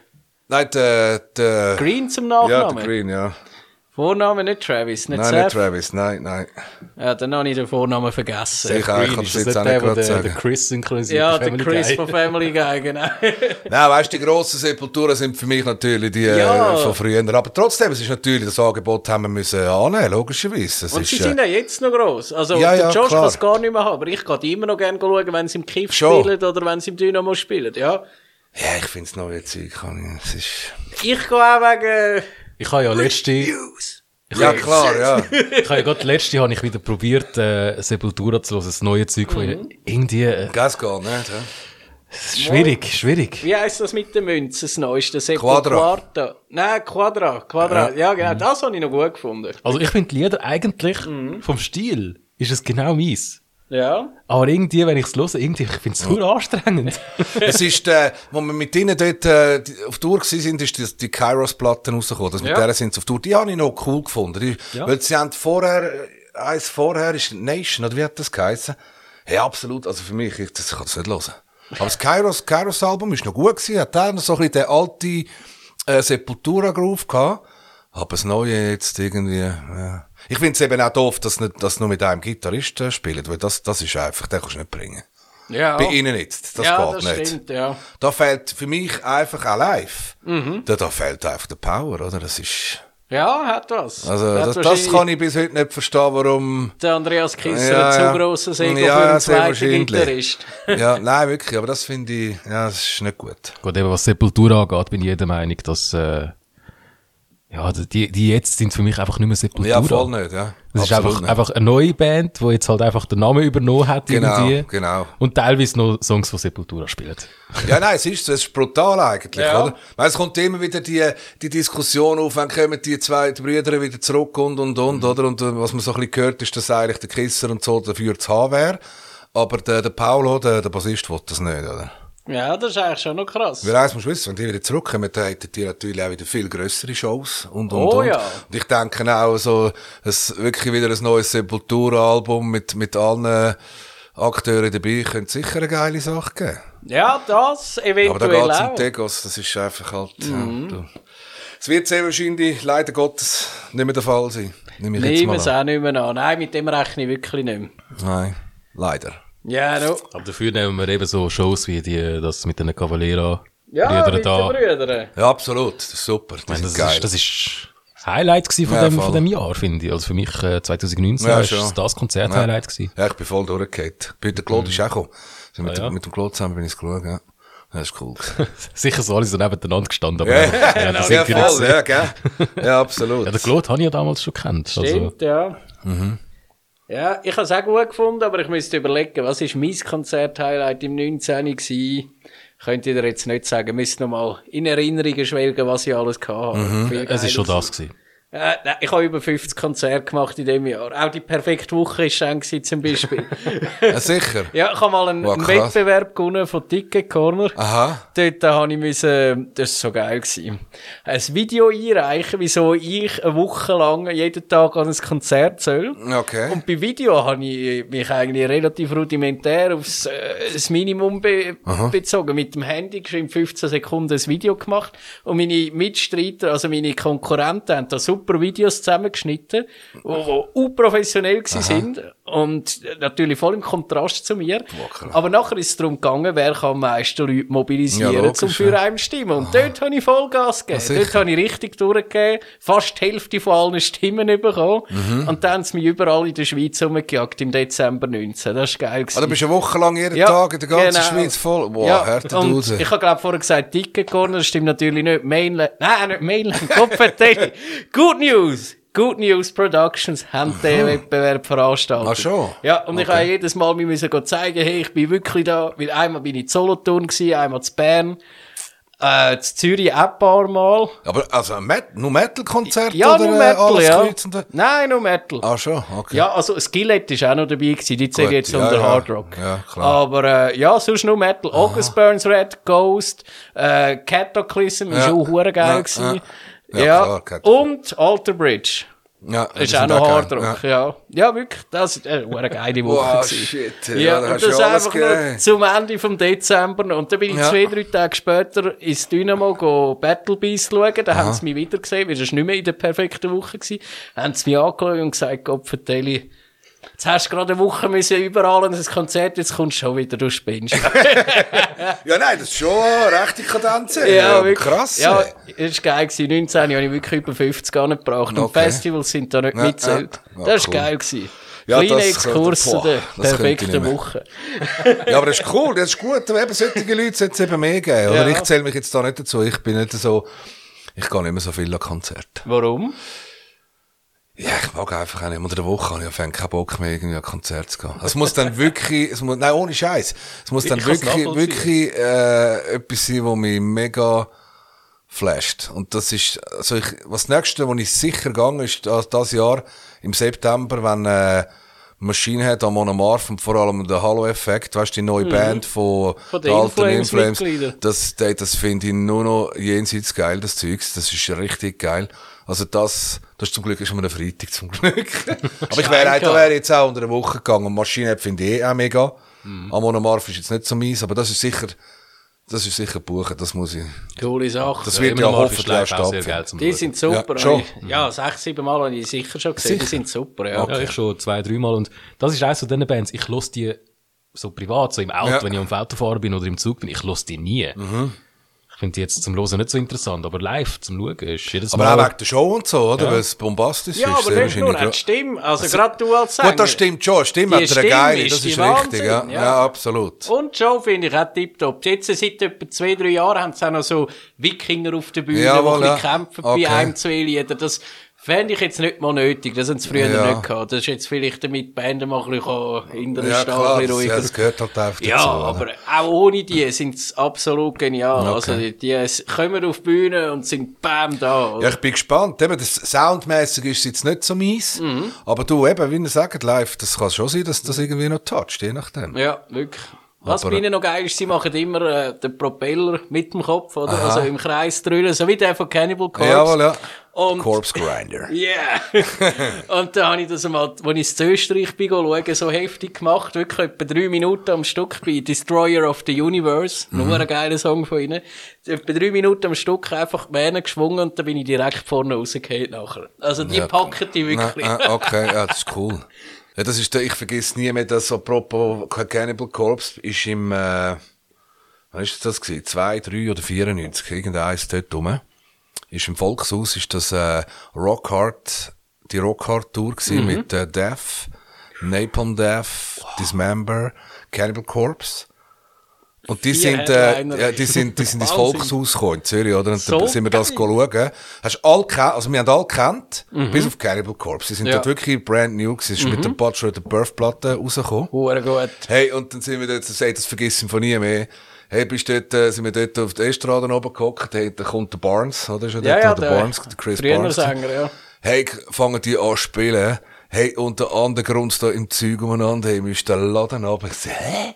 Nein, der, der,
Green zum
ja,
Nachnamen.
der Green, ja.
Vorname nicht Travis, nicht
nein,
Seth.
nicht Travis, nein, nein.
Ja, dann habe ich den Vornamen vergessen.
Sicher, ich kann
ist
das
das
jetzt
nicht
auch
der,
nicht
der
gerade
den-
sagen.
den Chris synchronisiert?
ja,
bei
der
Family
Chris
Guy?
von Family Guy, genau.
Nein, weißt du, die grossen Sepulturen sind für mich natürlich die
Ja.
äh, von früher. Aber trotzdem, es ist natürlich, das Angebot haben wir müssen annehmen, logischerweise. Es
Und
ist,
sie
äh,
sind ja jetzt noch gross. Also,
Ja,
der
ja,
Josh
klar.
kann es gar nicht mehr haben, aber ich kann die immer noch gerne schauen, wenn sie im Kiff
Schon.
spielen oder wenn sie im Dynamo spielen, ja.
ja, ich finde es noch witzig. kann ich- Es ist...
Ich gehe auch wegen...
Ich habe ja letzte, ich
Ja, klar, ja.
habe ja gerade letzte, habe ich wieder probiert, äh, Sepultura zu hören, das neue Zeug
Mhm.
von ihnen. Irgendwie, äh,
Gas gar nicht. Ja.
es ist schwierig, schwierig.
Wie heisst das mit der Münze, das neueste? Seppo
Quadra.
Quarta. Nein, Quadra. Quadra. Ja, genau. Das habe ich noch gut gefunden.
Also ich finde die Lieder eigentlich, vom Stil, ist es genau meins.
Ja.
Aber irgendwie, wenn ich es höre, irgendwie, ich finde es nur anstrengend.
Es ist, äh, wo wir mit ihnen dort äh, die- auf Tour gewesen sind, ist die, die Kairos-Platten rausgekommen. Das mit
Ja.
der sind sie auf Tour. Die habe ich noch cool gefunden. Die,
Ja.
Weil sie haben vorher, äh, eins vorher ist Nation, oder wie hat das geheißen? Ja, absolut. Also für mich, ich das kann das nicht hören. Aber das Kairos, Kairos Album ist noch gut gewesen. Hat auch noch so ein bisschen den alten äh, Sepultura-Groove gehabt. Aber das Neue jetzt irgendwie, ja. Ich finde es eben auch doof, dass nicht, dass nur mit einem Gitarristen spielt, weil das, das ist einfach, den kannst du nicht bringen.
Ja.
Bei ihnen nicht. Das
ja,
geht
das
nicht.
stimmt, ja. Mhm.
Da fehlt für mich einfach auch live. Da, da fehlt einfach der Power, oder? Das ist,
Ja, hat was.
also,
Hat
das, das
wahrscheinlich
kann ich bis heute nicht verstehen, warum.
Der Andreas Kisser
Ja,
ein
ja.
zu grosser Segel für
Ja,
einen
ja, sehr
zweiten
wahrscheinlich.
Gitarrist.
ja, nein, wirklich, aber das finde ich, ja, das ist nicht gut.
Gut, eben was Sepultura angeht, bin ich jeder Meinung, dass, äh, ja, die, die jetzt sind für mich einfach nicht mehr Sepultura.
Ja, voll nicht, ja.
Das ist
Absolut
einfach,
nicht.
einfach eine neue Band, die jetzt halt einfach den Namen übernommen hat.
Genau,
irgendwie.
genau.
Und teilweise noch Songs von Sepultura spielt.
Ja, nein, es ist so, es ist brutal eigentlich,
Ja.
oder? Weil es kommt immer wieder die, die Diskussion auf, wann kommen die zwei die Brüder wieder zurück und, und, und,
Mhm.
oder? Und äh, was man so ein bisschen gehört, ist, dass eigentlich der Kisser und so dafür zu haben wäre. Aber der, der Paolo, der, der Bassist, will das nicht, oder?
Ja, das ist eigentlich schon noch krass.
Weil eins musst du wissen, wenn die wieder zurückkommen, dann hätten die natürlich auch wieder viel grössere Shows und, und,
Oh
und.
ja.
Und ich denke auch so, es wirklich wieder ein neues Sepultura-Album mit, mit allen Akteuren dabei, könnte sicher eine geile Sache geben.
Ja, das
Aber da
eventuell
geht's um
auch.
Degos, das ist einfach halt,
Mhm.
ja, Dus du. Es wird sehr wahrscheinlich, leider Gottes, nicht mehr der Fall sein. Nehme ich jetzt
Nehmen
mal
es
an.
auch nicht mehr an. Nein, mit dem rechne ich wirklich nicht mehr.
Nein, leider.
Ja, no.
Aber dafür nehmen wir eben so Shows wie die, das mit den Cavalera
Ja,
Brüdern
mit
da.
den Brüdern.
Ja, absolut, das ist super, das,
Ich meine,
ist
das,
geil.
ist, das ist das Highlight gewesen von,
Ja,
dem,
voll.
von dem Jahr, finde ich. Also für mich äh, 2019
Ja,
war
schon.
das Konzert-Highlight. gewesen.
Ja, ich bin voll durchgehend. Bei der Claude ist auch gekommen. Sind mit,
Mhm. Ah, ja.
mit dem Claude zusammen bin ich geschaut, ja. Das ist cool.
Sicher so alle so nebeneinander gestanden. Aber
ja,
das
ja,
sind wir
voll,
nicht.
ja, gell? Ja, absolut.
ja, den Claude habe ich ja damals schon gekannt. Also,
Stimmt, ja. Ja, ich habe es auch gut gefunden, aber ich müsste überlegen, was war mein Konzert-Highlight im 19. Gewesen? Könnt ihr jetzt nicht sagen, müsst noch mal in Erinnerungen schwelgen, was ich alles hatte. Viel
es ist schon
Geiles.
das gewesen.
Äh, nein, ich habe über 50 Konzerte gemacht in dem Jahr. Auch die perfekte Woche war dann gewesen, zum Beispiel.
Ja, sicher.
ja, ich habe mal einen,
Wow,
einen
krass.
Wettbewerb gewonnen von Ticket Corner.
Aha.
Dort habe ich müssen, das war so geil, gewesen, ein Video einreichen, wieso ich eine Woche lang jeden Tag an ein Konzert soll.
Okay.
Und bei Video habe ich mich eigentlich relativ rudimentär aufs äh, das Minimum be bezogen. Mit dem Handy geschrieben, 15 Sekunden ein Video gemacht. Und meine Mitstreiter, also meine Konkurrenten, haben da super Videos zusammengeschnitten, die unprofessionell gewesen sind. Und natürlich voll im Kontrast zu mir.
klar.
Aber nachher ist es darum gegangen, wer kann am meisten Leute mobilisieren,
Ja, logisch,
um für
ja.
einen zu stimmen. Und dort habe ich Vollgas gegeben.
sicher.
dort habe ich richtig durchgegeben, fast die Hälfte von allen Stimmen bekommen.
Mhm.
Und dann haben sie mich überall in der Schweiz rumgejagt im Dezember 19. Das war geil.
Ah, du bist eine Woche lang jeden
Ja,
Tag in der ganzen
genau.
Schweiz voll. Wow,
Ja,
hört
und
raus.
Ich habe, glaube vorher gesagt, Ah, Ticket Corner, das stimmt natürlich nicht. Mainland, nein, nicht Mainland, Kopfverteilung. Good News! Good News Productions haben den Wettbewerb veranstaltet.
Ach schon?
Ja, und ich
Okay.
habe jedes Mal mir müssen go zeigen, hey, ich bin wirklich da, weil einmal bin ich in Solothurn gewesen, einmal zu Bern, äh, zu Zürich auch ein paar Mal.
Aber also Met nur Metal-Konzert
Ja,
oder
nur
äh,
Metal,
alles
ja.
kreuzende?
Nein, nur Metal.
Ah schon, okay.
Ja, also das Skillet ist auch noch dabei gewesen, die zählt
Gut,
jetzt
ja,
unter
ja.
Hard Rock.
Ja, klar.
Aber äh, ja, sonst nur Metal. August Burns Red, Ghost, äh, Cataclysm ist
Ja.
auch hure geil
Ja,
gewesen.
ja.
Ja,
Ja, klar, Cataclysm.
und Alter Bridge
Ja,
ist
die
auch
sind
noch Hard
geil.
Rock, ja. ja. wirklich, das ist äh, eine geile Woche
Wow,
gewesen.
shit, ja,
Ja,
da
und
hast
das
du alles
einfach noch
gegeben.
zum Ende vom Dezember noch. Und dann bin ich
Ja.
zwei, drei Tage später ins Dynamo go Battle Beast schauen. Da haben sie mich wieder gesehen, weil das war nicht mehr in der perfekten Woche gewesen. Haben sie mich angeschaut und gesagt, Gott, Vertelli, jetzt hast du gerade eine Woche müssen überall an ein Konzert, jetzt kommst du schon wieder, du spinnst.
Ja, nein, das ist schon eine rechte Kadenz. Ja, aber
wirklich.
krass.
Ja,
ey.
das war geil. gewesen. 19 habe ich wirklich über 50 angebracht. Und
Okay.
Festivals sind da nicht
Ja,
mitzählt.
ja. Ja,
das war
cool.
geil. Gewesen.
Ja,
Kleiner
das könnte-
Exkurs zu
boah,
der
das könnte ich
perfekten
nicht mehr.
Woche.
Ja, aber das ist cool, das ist gut. Eben solche Leute sollte es eben mehr geben. Oder
Ja.
ich zähle mich jetzt da nicht dazu. Ich bin nicht so, ich gehe nicht mehr so viel an Konzerte.
Warum?
Ja, ich mag einfach auch nicht. Unter der Woche habe ich auf keinen Bock mehr, irgendwie an Konzerte zu gehen. Es muss dann wirklich, es muss, nein, ohne Scheiß. Es muss dann
Ich kann's
wirklich,
nachvollziehen.
wirklich, äh, etwas sein, was mich mega flasht. Und das ist, also ich, was das nächste, wo ich sicher gegangen ist, das, das Jahr, im September, wenn, äh, Machine Head am Monomorph und vor allem der Hallo-Effekt, weißt du, die neue Band von,
Von den Inflames- Mitgliedern.
das, das, das finde ich nur noch jenseits geil, das Zeugs. Das ist richtig geil. Also das, das ist zum Glück ist immer ein Freitag, zum Glück. Aber ich wäre, auch- da wäre ich jetzt auch unter der Woche gegangen. Und Maschine finde ich eh auch mega.
Mhm.
Am Monomorph ist jetzt nicht so meins, aber das ist sicher, das ist sicher buchen, das muss ich.
Coole Sache.
Das wird ja hoffentlich auch stattfinden.
die sind super.
Ja,
Ja,
schon.
ja, sechs, sieben Mal habe ich die sicher schon gesehen. Die sind super, ja.
Ja, ich schon zwei, dreimal. Und das ist eines von diesen Bands, ich los die so privat, so im Auto,
Ja. Mhm.
wenn ich am Auto fahren bin oder im Zug bin, ich los die nie. Ich finde die jetzt zum Losen nicht so interessant, aber live zum Schauen ist jedes
Aber
Mal.
auch wegen der Show und so, oder? Weil es bombastisch
Ja,
ist.
aber
sehr
nicht nur
wahrscheinlich.
an die Stimme. Also, gerade du als Sänger.
Gut, das stimmt schon. Stimme
Die
hat er
Stimme
eine geile,
ist
das
die
ist richtig,
Wahnsinn,
ja.
ja. Oh,
Ja, absolut.
Und schon finde ich auch tipptopp. Jetzt seit etwa zwei, drei Jahren haben sie auch noch so Wikinger auf der Bühne,
Jawohl,
die ein bisschen
ja.
kämpfen
Okay.
bei einem, zwei Liedern. Das fände ich jetzt nicht mal nötig. Das haben sie früher
Ja.
nicht gehabt. Das ist jetzt vielleicht damit die Bänder mal ein bisschen hinter den
Ja, klar,
Stahl
das, ja,
ruhiger.
das gehört halt einfach
Ja,
dazu. oder?
aber auch ohne die sind sie absolut genial.
Okay.
Also die, die s- kommen auf die Bühne und sind bam da.
Ja, ich bin gespannt. Eben, das soundmäßig ist es jetzt nicht so mies.
Mhm.
Aber du, eben, wie ihr sagt, live, das kann schon sein, dass das irgendwie noch toucht, je nachdem.
Ja, wirklich. Was
Aber-
bei ihnen noch geil ist, sie machen immer äh, den Propeller mit dem Kopf, oder? Also im Kreis drüllen, so wie der von Cannibal Corpse.
Jawohl, ja.
Und
Corpse Grinder.
Yeah! und da habe ich das einmal, als ich zu Österreich bin, schauen, so heftig gemacht. Wirklich etwa drei Minuten am Stück bei Destroyer of the Universe.
Mhm.
Nur ein geiler Song von ihnen. Etwa drei Minuten am Stück einfach die Mähne geschwungen und dann bin ich direkt vorne rausgehängt nachher. Also die packen die wirklich.
Ah, ah, okay, ja, das ist cool. Ja, das ist, der- ich vergesse nie mehr, dass apropos Cannibal Corpse ist im, äh, wann ist das gewesen? 2, 3 oder 94, irgendeins dort rum. Ist im Volkshaus, ist das, äh, Rockhard, die Rockhard Tour
Mhm.
gewesen mit, äh, Death, Napalm Death, Dismember, Cannibal Corpse. Und die
Vier
sind, äh,
Headliner.
ja, die sind, die sind ins
Wahnsinn.
Volkshaus gekommen in Zürich, oder? Und da
So
sind wir das
geil.
schauen. Hast alle kennt, also wir haben alle kennt, bis auf Cannibal Corpse. Die sind
Mhm. Ja. Mhm.
dort wirklich brand new gewesen. Es ist mit der Bachelor der Birth-Platte rausgekommen.
Hure gut.
Hey, und dann sind wir dort, das, ey, das vergessen wir von nie mehr. Hey, bist dort, äh, sind wir dort auf der Estrade oben gehockt, hey, da kommt der Barnes, oder? Ist ja,
Ja,
dort
ja,
der, Barnes, der Chris
frühere
Barnes.
Sänger, ja.
Hey, k- fangen die an zu spielen. Hey, und der andere grunzt da im Zeug umeinander. Hey, mir ist der Laden ab. Ich sag, hä?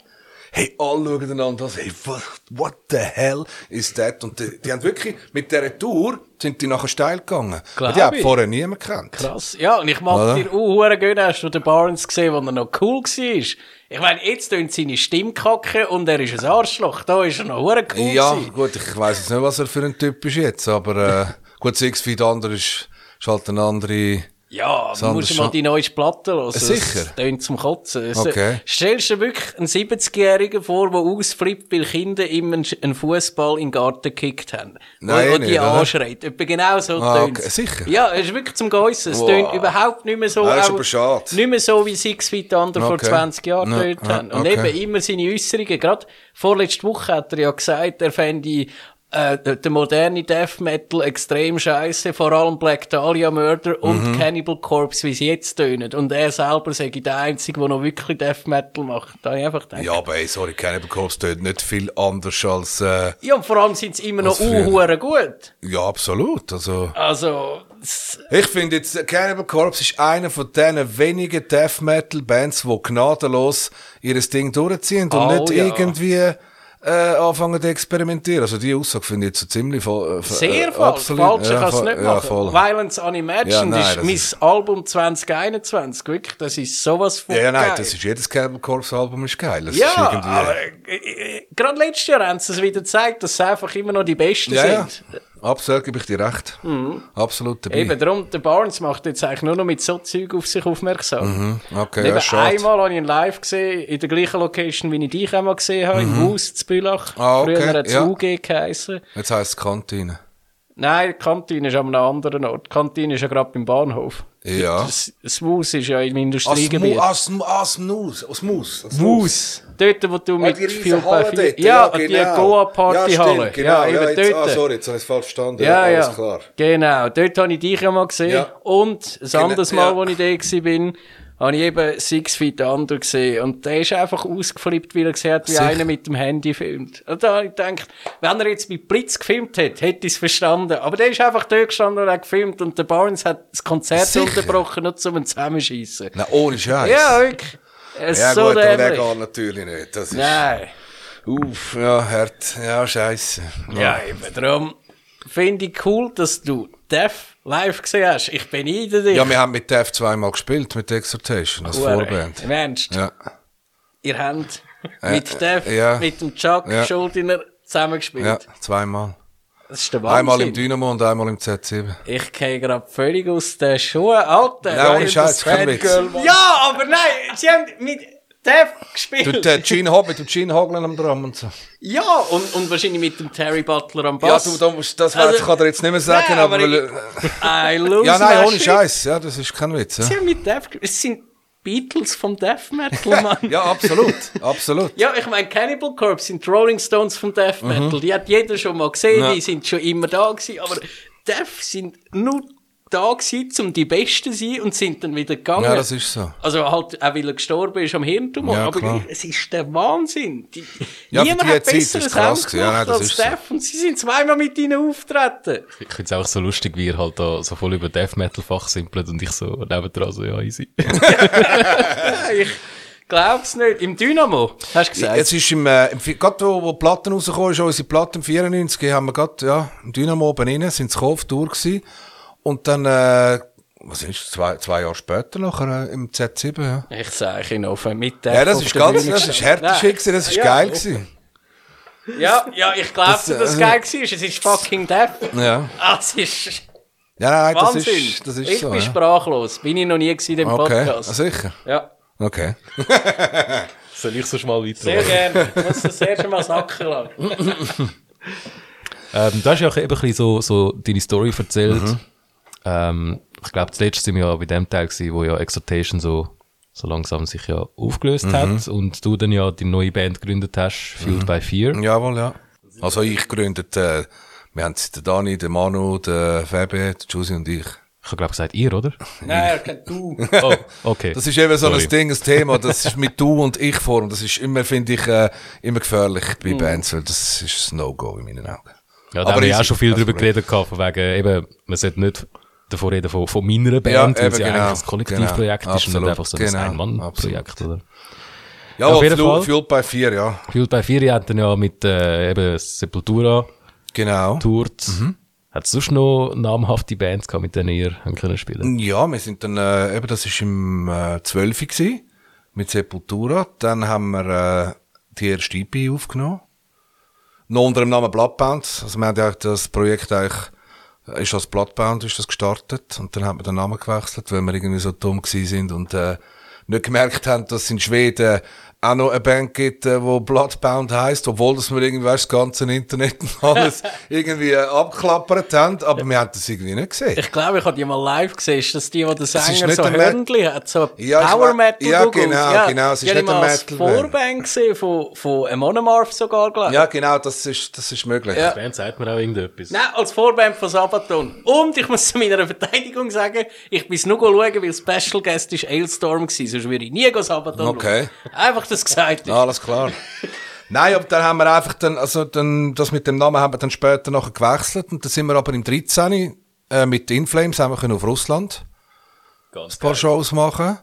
Hey, alle schauen einander an. Hey, what, what the hell is that? Und die, die haben wirklich, mit dieser Tour sind die nachher steil gegangen.
Glaub
Weil die haben
ich.
vorher niemand gekannt.
Krass. Ja, und ich mag
Oder?
dir auch hure gehen. Hast du den Barnes gesehen, wo er noch cool war? Ich meine, jetzt tönt seine Stimme kacken und er ist ein Arschloch. Da ist er noch hure cool.
Ja,
gewesen.
gut, ich weiß jetzt nicht, was er für ein Typ ist jetzt, aber, äh, gut, Six Feet Under ist, ist halt ein andere,
Ja,
Sander
man muss mal
Scha-
die neue Platte hören.
Sicher?
Das tönt zum Kotzen. Es-
Okay.
Stellst du dir wirklich einen 70-Jährigen vor, der ausflippt, weil Kinder immer einen Sch- einen Fußball in den Garten gekickt haben?
Nein,
Und die
nicht, oder?
anschreit. Etwa genau so
Ah,
tönt's.
okay. Sicher?
Ja, es ist wirklich zum Geissen. Es
Wow.
tönt überhaupt nicht mehr so.
Ah, das ist
auch-
aber schade.
Nicht mehr so, wie Six Feet Under vor
Okay.
20 Jahren
Ja,
tönt
ja,
haben. Und
okay.
eben immer seine Äußerungen. Gerade vorletzte Woche hat er ja gesagt, er fände äh, der der moderne Death Metal extrem scheiße, vor allem Black Dahlia Murder
Mhm.
und Cannibal Corpse, wie sie jetzt tönen. Und er selber sei der Einzige, der noch wirklich Death Metal macht. Da hab ich einfach gedacht.
Ja, aber ey, sorry, Cannibal Corpse tönt nicht viel anders als, äh,
Ja, und vor allem sind sie immer noch
Was für-
unhure gut.
ja, absolut, also.
Also, s-
Ich finde jetzt, äh, Cannibal Corpse ist einer von diesen wenigen Death Metal Bands, die gnadenlos ihres Ding durchziehen und
Oh,
nicht
ja.
irgendwie äh, anfangen zu experimentieren. Also die Aussage finde ich jetzt so ziemlich voll, äh,
sehr
äh,
falsch. Falsch, ich
ja,
kann's
voll-
nicht
ja,
machen.
voll.
Violence Unimagined
Ja, nein,
ist
das
mein
ist-
Album 2021. Wirklich, das ist sowas von
Ja, ja, nein,
geil.
das ist jedes Cannibal Corpse Album ist geil. Das
Ja,
ist irgendwie,
aber äh, äh, gerade letztes Jahr haben sie es wieder gezeigt, dass sie einfach immer noch die Besten
ja, ja.
sind.
Absolut gebe ich dir recht. Absolut dabei.
Mhm. Eben, darum, der Barnes macht jetzt eigentlich nur noch mit so Zeug auf sich aufmerksam.
Mhm. Okay,
Und
ja,
Eben,
schade.
einmal habe ich ihn live gesehen, in der gleichen Location, wie ich dich einmal gesehen habe, im Haus zu Bülach.
Mhm. Ah, okay,
Früher hat es
ja.
UG geheissen.
Jetzt heisst es Kantine.
Nein, die Kantine ist an einem anderen Ort. Die Kantine ist ja gerade beim Bahnhof.
Ja.
Das, das Haus ist ja im Industriegebiet.
ah, Asmus, Asmus.
Haus. Dort, wo du mit
die riesen Halle
viel-
dort. genau.
Ja, an die Goa-Party-Halle.
Ja, stimmt, genau.
eben
Ja, jetzt, ah,
dort.
sorry, jetzt habe ich es falsch verstanden.
Ja, ja.
Alles klar.
Genau, dort habe ich dich ja mal gesehen.
Ja.
Und das
Genau,
anderes Mal,
ja.
wo ich da gewesen bin, habe ich eben Six Feet Under gesehen. Und der ist einfach ausgeflippt, weil er gesehen hat, wie
Sicher.
einer mit dem Handy filmt. Und da habe ich gedacht, wenn er jetzt mit Blitz gefilmt hätte, hätte ich es verstanden. Aber der ist einfach dort gestanden und hat gefilmt und der Barnes hat das Konzert
Sicher.
unterbrochen, nur zum Zusammenschießen.
Na, ohne Scheiß.
Ja, wirklich. Es
ja
ist so
gut, aber der
dämlich.
geht natürlich nicht. Das ist,
Nein.
Uff, ja, hart. Ja, scheiße.
Ja, eben. Darum finde ich cool, dass du Def live gesehen hast. Ich beneide dich.
Ja, wir haben mit Def zweimal gespielt, mit Exhortation, als
Hure.
Vorband.
Im Ernst,
Ja.
ihr habt
Äh,
mit Def,
ja.
mit dem Chuck
Ja.
Schuldiner zusammengespielt.
Ja, zweimal.
Das ist der Wahnsinn.
Einmal im Dynamo und einmal im Z7.
ich gehe gerade völlig aus den Schuhen. Alter,
Nein, ohne
das
Scheiß, kein Witz.
Fangirl, Mann. Ja, aber nein, sie haben mit Def gespielt.
Du, der Gene Hobbit und Gene Hoglan am Drum und so.
ja, und, und wahrscheinlich mit dem Terry Butler am
Ja,
Bass.
du, da musst, das
Also-
weiß- kann er jetzt nicht mehr sagen,
Nein,
aber...
aber I lose
ja,
my
nein, ohne
shit.
Scheiß. Ja, das ist kein Witz. Ja,
Sie haben mit Def gespielt. Es sind Beatles vom Death Metal, Oh, Mann.
ja absolut. absolut.
Ja, ich mein Cannibal Corpse sind die Rolling Stones vom Death Metal. Die hat jeder schon mal gesehen,
Mhm. Ja.
die sind schon immer da gewesen. Aber Death sind nur da gewesen, um die Besten zu sein und sind dann wieder gegangen.
Ja, das ist so.
Also halt, auch weil er gestorben ist am Hirntumor.
Ja,
aber
klar.
es ist der Wahnsinn. Die,
Ja, für
niemand
die
hat
Zeit ist
besseres Sound
es krass
gemacht
gewesen. Ja, nein, das
als
ist so.
Death. Und sie sind zweimal mit ihnen auftreten.
Ich finde es auch so lustig, wie ihr halt da so voll über Death Metal fachsimpelt und ich so nebendran so, ja, easy.
ich glaub's nicht. Im Dynamo, hast du gesagt.
Jetzt ist im, äh, im Fi- gerade wo, wo die Platten rausgekommen ist, unsere Platte im 94, haben wir gerade, ja, im Dynamo oben rein, sind sie gekauft, Tour gewesen. Und dann, äh, was ist, zwei, zwei Jahre später nachher, äh, im Z7, ja.
ich sage Ihnen offen, mit Death
Ja, das
auf
ist
der
ganz,
Bühne
das ist
gestanden.
härter
Nein.
Shit gewesen, das ist
Ja.
geil gewesen.
Ja, ja, ich glaube, dass
Das,
das
äh,
geil war. Es ist fucking Death.
Ja.
Ah, es ist
Ja, nein, nein, das
Wahnsinn.
ist, das ist
ich
so.
bin
ja.
sprachlos. Bin ich noch nie gewesen in dem
Okay, Also
Podcast.
sicher.
ja,
Okay.
Soll ich so mal weiter?
sehr gerne. Ich muss das erste Mal sacken lassen.
Ähm, du hast ja auch eben ein bisschen so, so deine Story erzählt.
Mhm.
Ähm, ich glaube, das letzte sind wir ja bei dem Teil, gewesen, wo ja Exhortation so, so langsam sich ja aufgelöst hat
Mhm.
und du dann ja die neue Band gegründet hast, Fueled by Fear.
Jawohl, Mhm. ja. Also ich gegründet, äh, wir haben den Dani, den Manu, den Fabi, den Juicy und ich.
Ich habe, glaube gesagt, ihr, oder?
Nein, er kennt du.
Oh, okay.
Das ist eben so
Sorry.
ein Ding, ein Thema, das ist mit du und ich Form, das ist immer, finde ich, äh, immer gefährlich
Mm.
bei Bands, weil das ist ein No-Go in meinen Augen.
Ja, da haben wir ja
easy, Also
auch schon viel
kein
drüber
Problem.
geredet, gehabt, von wegen, eben, man sollte nicht davon reden, von, von meiner Band,
Ja,
weil
eben,
es ja
genau,
eigentlich ein Kollektivprojekt
genau,
ist und nicht
absolut,
einfach so
genau,
ein Ein-Mann-Projekt, oder?
Ja,
auf
aber
jeden Fall.
Fuel, Fueled by Fear, ja.
Fueled by Fear hat dann ja mit äh, eben Sepultura
Genau.
getourt. Hat es sonst noch namhafte Bands gehabt, mit denen ihr haben können spielen
Ja, wir sind dann, äh, eben, das war im äh, 12. Gewesen, mit Sepultura. Dann haben wir äh, die erste EP aufgenommen. Noch unter dem Namen Bloodbound. Also wir haben ja das Projekt eigentlich, äh, ist als Bloodbound ist das gestartet. Und dann haben wir den Namen gewechselt, weil wir irgendwie so dumm gewesen sind und äh, nicht gemerkt haben, dass in Schweden auch noch eine Band gibt, äh, wo Bloodbound heißt, obwohl das wir irgendwie weißt, das ganze Internet und alles irgendwie äh, abklappert haben, aber wir haben das irgendwie nicht gesehen.
Ich glaube, ich habe die mal live gesehen. Ist das die, wo der
ist
Sänger
nicht
so
der Met-
Hörnli hat? So
Ja, ich
Power
we-
Metal
ja, genau, genau, es ist
Ich
nicht
habe
der
mal als
Metal-Band.
Vorband gesehen, von, von einem Monomarth sogar, glaube ich.
Ja, genau, das ist, das ist möglich.
Ja.
Ja.
Die Band sagt mir auch irgendetwas.
Nein, als Vorband von Sabaton. Und ich muss zu meiner Verteidigung sagen, ich bin es nur schauen, weil Special Guest ist Ailstorm gewesen, sonst würde ich nie go Sabaton
Okay.
schauen. Einfach das gesagt. ist.
Alles klar. Nein, aber dann haben wir einfach dann, also dann, das mit dem Namen haben wir dann später nachher gewechselt und dann sind wir aber im 13. Äh, mit Inflames haben wir können auf Russland
Ganz
ein paar Shows machen.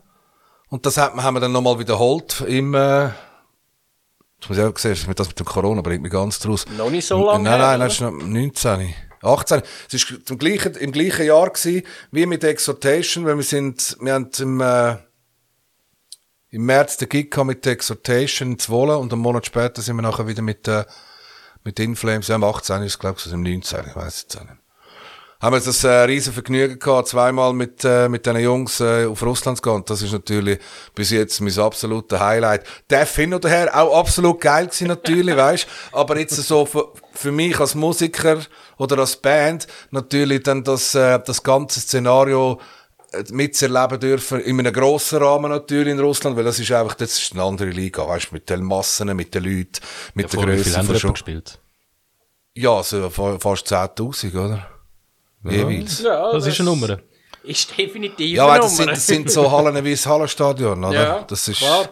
Und das hat, haben wir dann nochmal wiederholt im, äh, jetzt muss ich auch sehen, das mit dem Corona bringt mich ganz draus.
Noch nicht so lange
Nein,
her,
nein, nein, das war 19. 18. Es war zum gleichen, im gleichen Jahr gewesen, wie mit Exhortation, weil wir sind, wir haben im, äh, im März den Gig gehabt mit Exhortation in Zwolle und einen Monat später sind wir nachher wieder mit, äh, mit Inflames, ja, im 18 ist es, glaube ich, gewesen, im 19, ich weiß jetzt auch nicht. Haben wir das äh, riesen Vergnügen gehabt, zweimal mit, äh, mit diesen Jungs äh, auf Russland zu gehen. Und das ist natürlich bis jetzt mein absolutes Highlight. Der hin oder her auch absolut geil gewesen, natürlich, weißt Aber jetzt so für, für mich als Musiker oder als Band natürlich dann das, äh, das ganze Szenario äh, mitzuerleben dürfen, in einem grossen Rahmen natürlich in Russland, weil das ist einfach, das ist eine andere Liga, weißt mit den Massen, mit den Leuten, mit der
Vor wie viel
Größe
haben wir
von Show.
etwa gespielt?
Ja, so fa- fast 10.000, oder? Jeweils.
Ja,
Das ist eine Nummer.
Ist definitiv
Ja,
eine
weil das sind,
Nummer.
das sind so Hallen wie das Hallenstadion, oder?
Ja,
das ist,
klar.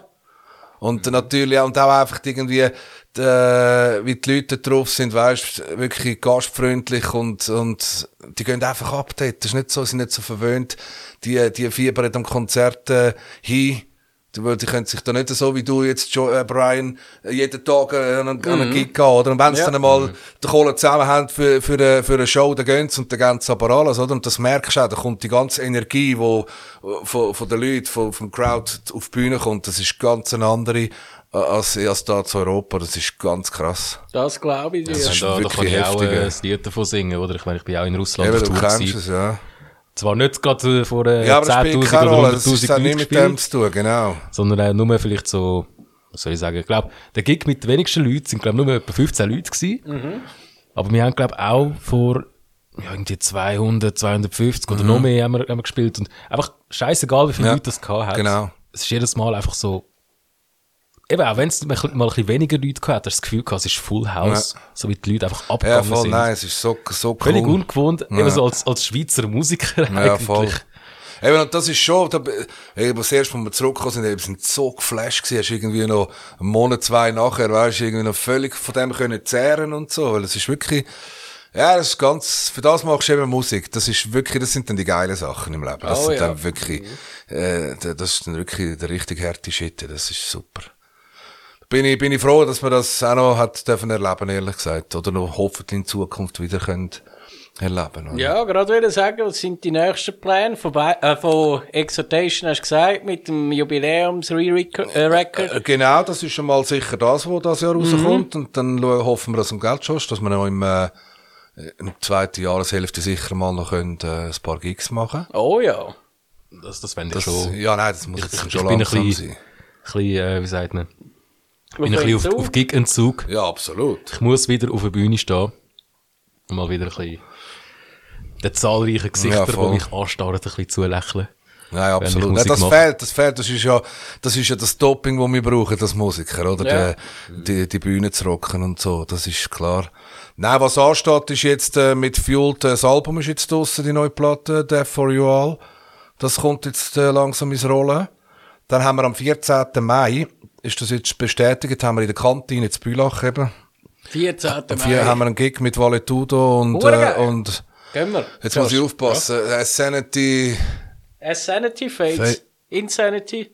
Und natürlich, und auch einfach irgendwie, die, äh, wie die Leute drauf sind, weißt, wirklich gastfreundlich und, und, die gehen einfach ab dort. Das ist nicht so, sind nicht so verwöhnt. Die, die fiebern am Konzert, äh, hin. Die, weil die können sich da nicht so wie du jetzt, jo äh, Brian, äh, jeden Tag äh, an einen,
Mhm.
an einen Gig gehen, oder? Und wenn sie
Ja.
dann einmal die Kohle zusammen haben für, für, eine, für eine Show, dann gehen sie und dann gehen sie aber alles, oder? Und das merkst du auch, da kommt die ganze Energie, wo, von, von den Leuten, von, vom Crowd auf die Bühne kommt, das ist ganz eine andere, äh, als, als da zu Europa, das ist ganz krass.
Das glaube ich dir.
ist
da, da
wirklich
kann ich auch
heftig,
äh,
ja.
ein Lied davon singen, oder? Ich meine, ich bin auch in Russland
Eben,
auf
du
Tour
kennst
gewesen.
es, ja.
Zwar nicht gerade äh, vor äh,
Ja, aber das spielt
10'000
keine Rolle,
oder
das ist
100'000
dann
Leuten
nicht mit
gespielt,
dem zu tun, genau.
sondern äh, nur vielleicht so, was soll ich sagen, ich glaube, der Gig mit den wenigsten Leuten sind, glaube nur etwa 15 Leute gewesen.
Mhm.
Aber wir haben, glaube auch vor ja, irgendwie 200, 250 oder noch mehr haben wir, haben wir gespielt und einfach scheißegal, wie viele
Mhm. Ja,
Leute das gehabt hat.
genau.
Es ist jedes Mal einfach so, eben auch wenn es mal ein bisschen weniger Leute gehabt hat, hast du das Gefühl gehabt, es ist Full House, so wie die Leute einfach
Ja,
abgegangen
voll,
sind.
nein, es ist so, so cool.
Völlig ungewohnt,
Ja.
eben so als, als Schweizer Musiker
Ja,
eigentlich.
voll. Eben, und das ist schon, da, eben, das erste, als wir zurückgekommen sind, eben, sind so geflasht gewesen, hast irgendwie noch einen Monat, zwei nachher, weißt du, irgendwie noch völlig von dem können zehren und so, weil es ist wirklich, ja, das ist ganz, für das machst du eben Musik, das ist wirklich, das sind dann die geilen Sachen im Leben, das
Oh,
sind
ja. Mhm.
dann wirklich, äh, da- das ist dann wirklich der richtig harte Shit, das ist super. Bin ich, bin ich froh, dass man das auch noch hat dürfen erleben, ehrlich gesagt, oder noch hoffentlich in Zukunft wieder können erleben, oder?
Ja, gerade würde ich sagen, was sind die nächsten Pläne von, Be- äh, von Exhortation, hast du gesagt, mit dem Jubiläums-Record?
Äh, Genau, das ist schon mal sicher das, was das Jahr
Mhm.
rauskommt. Und dann schau- hoffen wir, dass am Geld schon ist, dass wir noch im, äh, im zweiten Jahreshälfte sicher mal noch können, äh, ein paar Gigs machen
oh ja.
Das, das fände ich
das,
schon.
Ja, nein, das muss
Ich,
jetzt
ich,
schon
bin ein
langsam
bisschen,
sein.
bisschen äh, wie sagt man,
Ich
bin ein bisschen auf, auf Gig-Entzug.
Ja, absolut.
Ich muss wieder auf der Bühne stehen und mal wieder ein bisschen den zahlreichen
Ja,
Gesichter,
voll.
die mich anstarren, ein bisschen zulächeln.
Nein, absolut. Nein,
Musik
das
mache.
fehlt, das fehlt. Das ist ja, das ist ja das Doping, das wir brauchen, das Musiker, oder?
Ja.
Die, die, die Bühne zu rocken und so. Das ist klar. Nein, was ansteht, ist jetzt, äh, mit Fueled, äh, das Album ist jetzt draussen, die neue Platte, Death for You All. Das kommt jetzt äh, langsam ins Rollen. Dann haben wir am 14. Mai, ist das jetzt bestätigt, haben wir in der Kantine zu Bülach eben.
14.
Am 4. haben
Mai.
wir einen Gig mit Valetudo und, äh,
Hurgeil.
und,
Gehen wir.
jetzt muss ich aufpassen, äh, Sanity,
Insanity Fates.
Fe-
Insanity.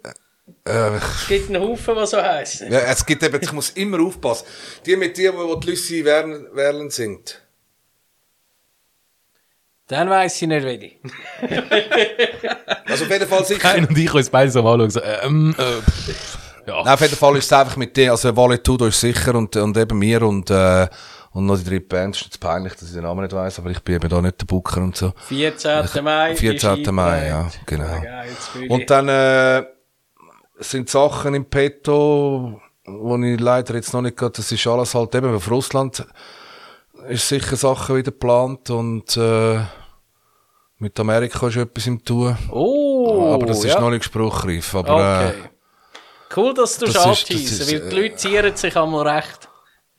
äh,
Es gibt einen Haufen, was so heisst.
Ja, es gibt eben, ich muss immer aufpassen. Die mit dir, wo die Lucy Wern- Werlen singt.
Dann weiss ich nicht, wie
Also auf jeden Fall sicher.
Kein und ich uns beide so mal anschauen. So, ähm, äh, pff, ja.
Nein, auf jeden Fall ist es einfach mit dir, also Vale Tudo ist sicher und, und eben mir und, äh, und noch die drei Bands. Ist jetzt peinlich, dass ich den Namen nicht weiss, aber ich bin eben da nicht der Booker und so.
14. Mai.
14.
ist
Mai, ja,
eingereicht.
genau.
Geil, jetzt fühle ich-
Und dann, äh, es sind Sachen im Petto, wo ich leider jetzt noch nicht gerade, das ist alles halt eben, auf Russland ist sicher Sachen wieder geplant und äh, mit Amerika ist etwas im Tun.
Oh,
Ah, aber das ist
ja.
noch nicht spruchreif. Aber,
Okay.
äh,
Cool, dass du
das
es
ist-
anteisen,
das ist, äh,
weil die Leute zieren sich einmal recht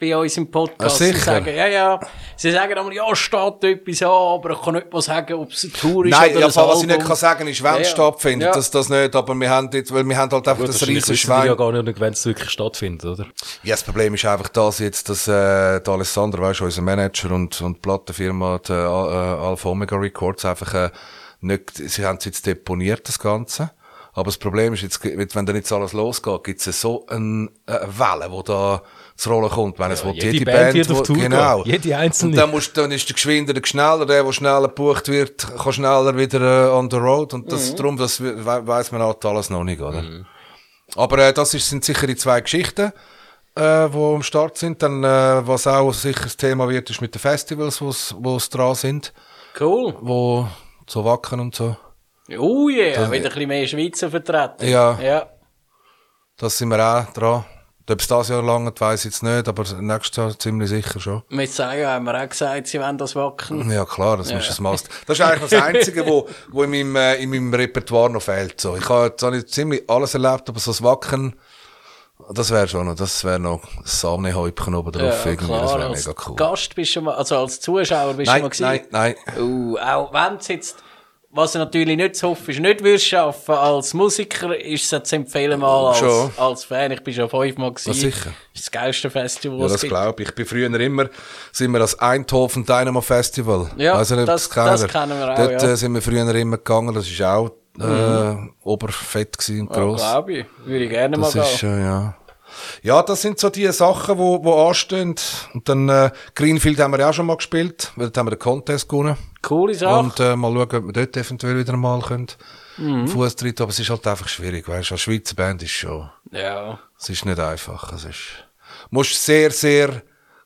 bei uns im
Ah,
Podcast.
sicher?
Sie sagen, ja, ja, sie sagen einmal, ja, steht etwas an, aber ich kann nicht mal sagen, ob es eine Tour ist
Nein,
oder
ja,
ein
was ich
Album.
nicht kann sagen ist, wenn
Ja,
es
ja.
stattfindet,
Ja.
das, das nicht, aber wir haben, jetzt, weil wir haben halt einfach
Gut,
das
wahrscheinlich
riesige
wissen die ja
Schwein.
gar nicht, wenn es wirklich stattfindet, oder?
Ja, das Problem ist einfach das jetzt, dass äh, der Alessandro, weißt du, unser Manager und, und die Plattenfirma die, äh, Alpha Omega Records einfach äh, nicht, sie haben es jetzt deponiert, das Ganze. Aber das Problem ist jetzt, mit- wenn dann jetzt alles losgeht, gibt es so eine äh, Welle, die da zu rollen kommt. Wenn es will,
jede Band wird auf
wo-
Tour gehen.
genau.
Jede einzelne.
Und dann, musst, dann ist der Geschwinder der schneller, der, der schneller gebucht wird, kann schneller wieder äh, on the road. Und das, darum, das we weiss man halt alles noch nicht, oder?
Mhm.
Aber äh, das ist, sind sicher die zwei Geschichten, äh, wo am Start sind. Dann, äh, was auch sicher das Thema wird, ist mit den Festivals, wo's, wo's dran sind,
Cool.
wo so Wacken und so.
Oh yeah, wieder ein bisschen mehr Schweizer vertreten.
Ja.
Ja.
Da sind wir auch dran. Ob es das Jahr langt, weiss ich jetzt nicht, aber nächstes Jahr ziemlich sicher schon.
Mit Sayo haben wir auch gesagt, sie wollen das wackeln.
Ja, klar, das ist ein Mast. Das ist eigentlich das Einzige, wo, wo in, meinem, äh, in meinem Repertoire noch fehlt. So. Ich habe jetzt noch nicht ziemlich alles erlebt, aber so das Wacken, das wäre schon noch, das wäre noch ein Sahnehäubchen oben drauf. irgendwie, das wäre
als
mega cool.
Gast bist du mal, also als Zuschauer bist
Nein,
du mal
nein, nein.
Uh, auch wenn es jetzt, was ich natürlich nicht zu hoffen ist, nicht würdest schaffen als Musiker, ist es zu empfehlen mal
Schon.
als, als Fan. Ich bin schon fünfmal gewesen.
Ja, sicher.
Das ist das geilste Festival,
Ja,
was
das
es gibt.
glaube ich. Ich bin früher immer, sind wir das Eindhoven Dynamo Festival.
Ja,
Weiss nicht, ob
das-
kennt
das
ihr.
kennen wir auch,
Dort
ja.
äh, sind wir früher immer gegangen, das ist auch, äh, oberfett gewesen und gross.
Glaube ich. Würde ich gerne
Das
mal
ist
gehen.
schon, ja. Ja, das sind so die Sachen, wo, wo anstehen. Und dann, äh, Greenfield haben wir ja auch schon mal gespielt, weil dort haben wir den Contest gewonnen.
Coole Sache.
Und, äh, mal schauen, ob wir dort eventuell wieder mal können.
Mhm.
Fuß tritt, aber es ist halt einfach schwierig, weißt du. Als Schweizer Band ist schon,
ja.
es ist nicht einfach. Es ist, musst sehr, sehr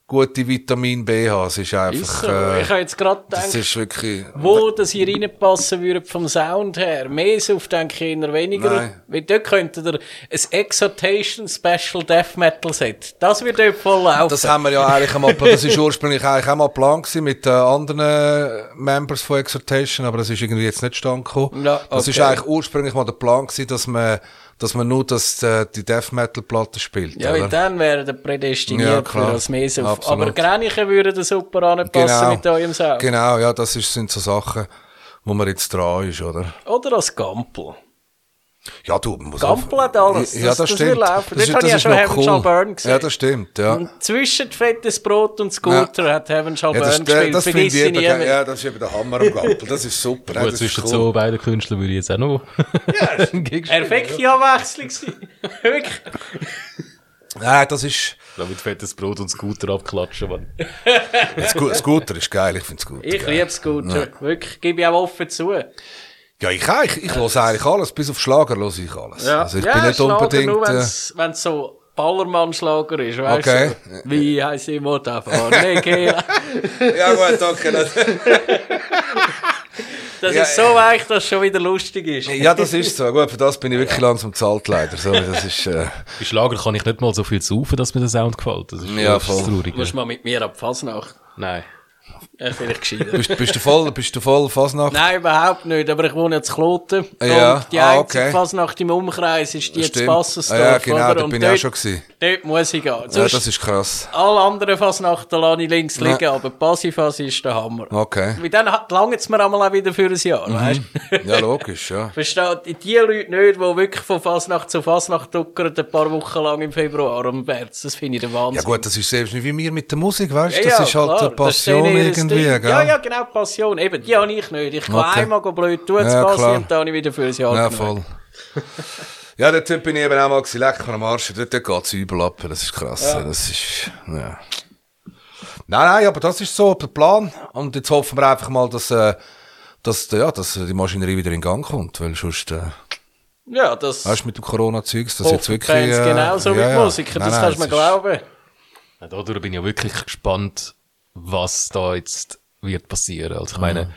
gute Vitamin B haben. Es ist einfach,
Ist so.
äh,
ich habe jetzt gerade
das
gedacht,
ist wirklich,
wo das hier reinpassen würde vom Sound her. Mehr Suff denke ich eher weniger.
Nein.
Weil dort könnte ihr ein Exhortation Special Death Metal Set. Das würde dort voll laufen.
Das haben wir ja eigentlich einmal, das ist ursprünglich eigentlich auch mal Plan gewesen mit äh, anderen Members von Exhortation, aber das ist irgendwie jetzt nicht stand gekommen.
Ja,
Das
okay.
ist eigentlich ursprünglich mal der Plan gewesen, dass man, dass man nur das, äh, die Death Metal Platte spielt.
Ja, weil
oder?
dann wäre der prädestiniert
Ja,
für
klar.
das Mesuff.
Absolut.
Aber Grenichen würde da super anpassen mit eurem Sound.
Genau, ja, das ist, sind so Sachen, wo man jetzt dran ist, oder?
Oder als Gampel.
Ja, du, man muss
Gampel hat alles.
Ja,
Das-
das,
das
stimmt.
wird laufen. Dort
ist-
habe ich ja
ist
schon
noch
Heaven Shall Burn gesehen.
Ja, das stimmt, ja.
Und zwischen fettes Brot und Scooter hat Heaven Shall
Ja,
Burn
das,
gespielt.
das, finde ich
Vergiss ihn
eben,
niemand.
ja, das ist eben der Hammer am Gampel. Das ist super. ja,
Gut,
das
zwischen
ist
so beiden Künstlern würde ich jetzt auch noch einen Gig spielen.
Perfekte Abwechslung. gewesen. Wirklich.
Nein, das ist,
Da mit fettes Brot und Scooter abklatschen, Mann.
Das Sco- Scooter ist geil, ich finde Scooter.
Ich
geil.
liebe Scooter. Wirklich. Gebe ich auch offen zu.
Ja, ich auch. Ich, ich höre eigentlich alles. Bis auf Schlager höre ich alles. Also ich bin nicht
Schlager
unbedingt.
Nur wenn
äh,
es so Ballermann-Schlager ist. Weißt
Okay.
du? Wie heisst ich immer davon? Nee, geh.
ja, gut, danke. Das-
Das
Ja,
ist so weich, dass es schon wieder lustig ist.
ja, das ist so. Gut, für das bin ich wirklich langsam zahlt, leider. So, das ist, äh,
Bei Schlager kann ich nicht mal so viel saufen, dass mir der Sound gefällt. Das ist
Ja,
das ist
voll.
traurig.
Du musst mal mit mir ab Fasnacht.
Nein.
Ja, vielleicht gescheiter.
bist, bist du voll, bist du voll Fasnacht?
Nein, überhaupt nicht. Aber ich wohne jetzt Kloten.
Ja,
Und die
ah,
einzige
okay.
Fasnacht im Umkreis ist die jetzt
Stimmt.
Passensdorf.
Ah, ja, genau,
oder?
dort
Und
bin ich auch schon gewesen.
Dort muss ich gehen.
Ja,
Sonst
das ist krass.
alle anderen Fasnachten lasse ich links
Nein.
liegen, aber Passifas ist der Hammer.
Okay.
Weil dann langt es mir einmal auch wieder für ein Jahr,
Mhm.
weißt du?
Ja, logisch, ja.
Versteht die Leute nicht, die wirklich von Fasnacht zu Fasnacht duckern, ein paar Wochen lang im Februar und März. Das finde ich der Wahnsinn.
Ja gut, das ist selbst nicht wie wir mit der Musik, weißt du?
Ja,
Das
ja,
ist halt
klar,
eine
das ist denen
Passion
ihr
irgendwie,
Ding.
gell?
Ja, ja, genau, Passion. Eben, die habe ich nicht. Ich kann
Okay.
einmal go blöd tun, das
Ja,
Passi,
klar.
und dann habe ich wieder für ein Jahr
Ja,
genommen.
voll. Ja, dort bin ich eben auch mal gewesen, lecker am Arsch. Dort geht es überlappen, das ist krass. Das ist, ja. Nein, nein, aber das ist so der Plan. Und jetzt hoffen wir einfach mal, dass, äh, dass, äh, ja, dass äh, die Maschinerie wieder in Gang kommt. Weil sonst, äh,
Ja, das
weißt du, mit dem Corona-Zeugs, das
hoffen
jetzt
die
wirklich...
Fans
äh,
genauso wie die Musiker,
Nein,
das
nein,
kannst du mir
es
glauben.
Ja, Dadurch bin ich ja wirklich gespannt, was da jetzt wird passieren. Also ich meine,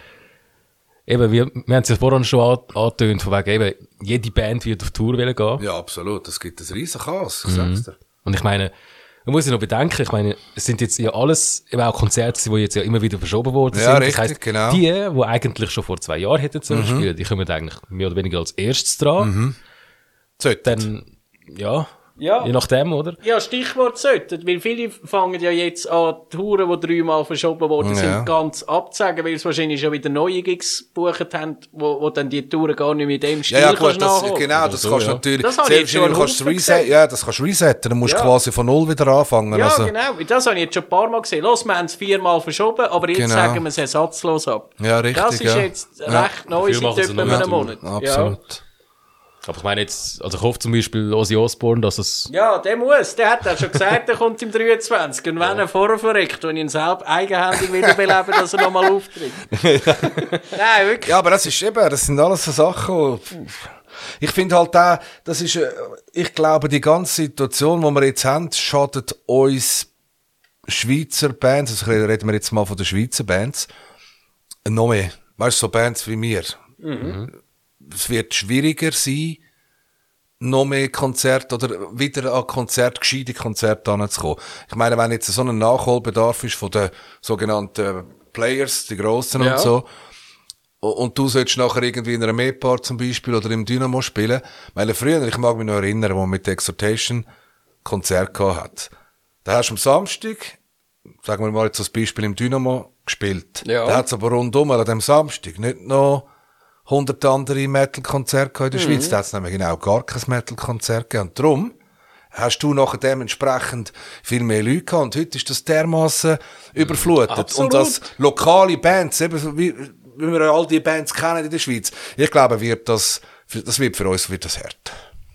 eben, wir, wir haben es ja vorhin schon an, angetönt, von wegen eben, jede Band wird auf Tour wollen gehen.
Ja, absolut. Es gibt ein riesen Chaos, ich sag's dir.
Und ich meine, man muss ja noch bedenken, ich meine, es sind jetzt ja alles, eben auch Konzerte, gewesen, die jetzt ja immer wieder verschoben worden
Ja,
sind.
richtig,
das heisst,
genau. Mhm.
die, die eigentlich schon vor zwei Jahren hätten sollen spielen, die kommen eigentlich mehr oder weniger als erstes dran.
Sollten.
Dann, ja,
Ja.
je nachdem, oder?
Ja, Stichwort sollten, weil viele fangen ja jetzt an, die Touren, die dreimal verschoben worden sind,
Ja.
ganz abzusagen, weil sie wahrscheinlich schon wieder neue Gigs gebucht haben, wo, wo dann die Touren gar nicht mit dem Stil
Ja, ja,
kannst
gut, das,
nachholen.
genau, das
so,
kannst du
ja.
natürlich.
Das habe ich
sehr
jetzt schon
wahrscheinlich
einen
kannst du
Haufen
reset,
gesehen.
ja, das kannst du resetten, dann musst du
Ja.
quasi von Null wieder anfangen.
Ja,
also,
genau. Das habe ich jetzt schon ein paar Mal gesehen. Los, wir haben es viermal verschoben, aber jetzt
Genau.
sagen wir es ersatzlos ab.
Ja, richtig,
Das ist
ja.
jetzt
Ja.
recht neu
Dafür
seit
machen sie
etwa
noch
einem
mehr
Monat. Ja.
Absolut.
Aber ich meine jetzt, also ich hoffe zum Beispiel Ozzy Osbourne, dass es,
Ja, der muss. Der hat auch schon gesagt, er kommt im 23. Und wenn er vorher verreckt und ihn selbst eigenhändig wiederbeleben, dass er nochmal auftritt. Nein,
Ja.
wirklich.
aber das ist eben, das sind alles so Sachen. wo- pff. Ich finde halt auch, das ist, äh, ich glaube, die ganze Situation, die wir jetzt haben, schadet uns Schweizer Bands, also reden wir jetzt mal von den Schweizer Bands, noch mehr. Weißt du, so Bands wie mir. Es wird schwieriger sein, noch mehr Konzerte oder wieder an Konzert, gescheite Konzerte heranzukommen. Ich meine, wenn jetzt so ein Nachholbedarf ist von den sogenannten Players, die Grossen
Ja.
und so, o- und du sollst nachher irgendwie in einer Mepar zum Beispiel oder im Dynamo spielen, weil früher, ich mag mich noch erinnern, wo man mit der Exhortation Konzert gehabt hat. Da hast du am Samstag, sagen wir mal jetzt als Beispiel im Dynamo, gespielt.
Ja.
Da hat es aber rundum an dem Samstag nicht noch 100 andere Metal-Konzerte gehabt in
Mhm.
der Schweiz. Da hat es nämlich genau gar kein Metal-Konzert gegeben. Und darum hast du nachher dementsprechend viel mehr Leute gehabt. Und heute ist das dermassen überflutet.
Absolut.
Und als lokale Bands, eben so wie, wie wir all die Bands kennen in der Schweiz, ich glaube, wird das, für- das wird für uns wird das hart.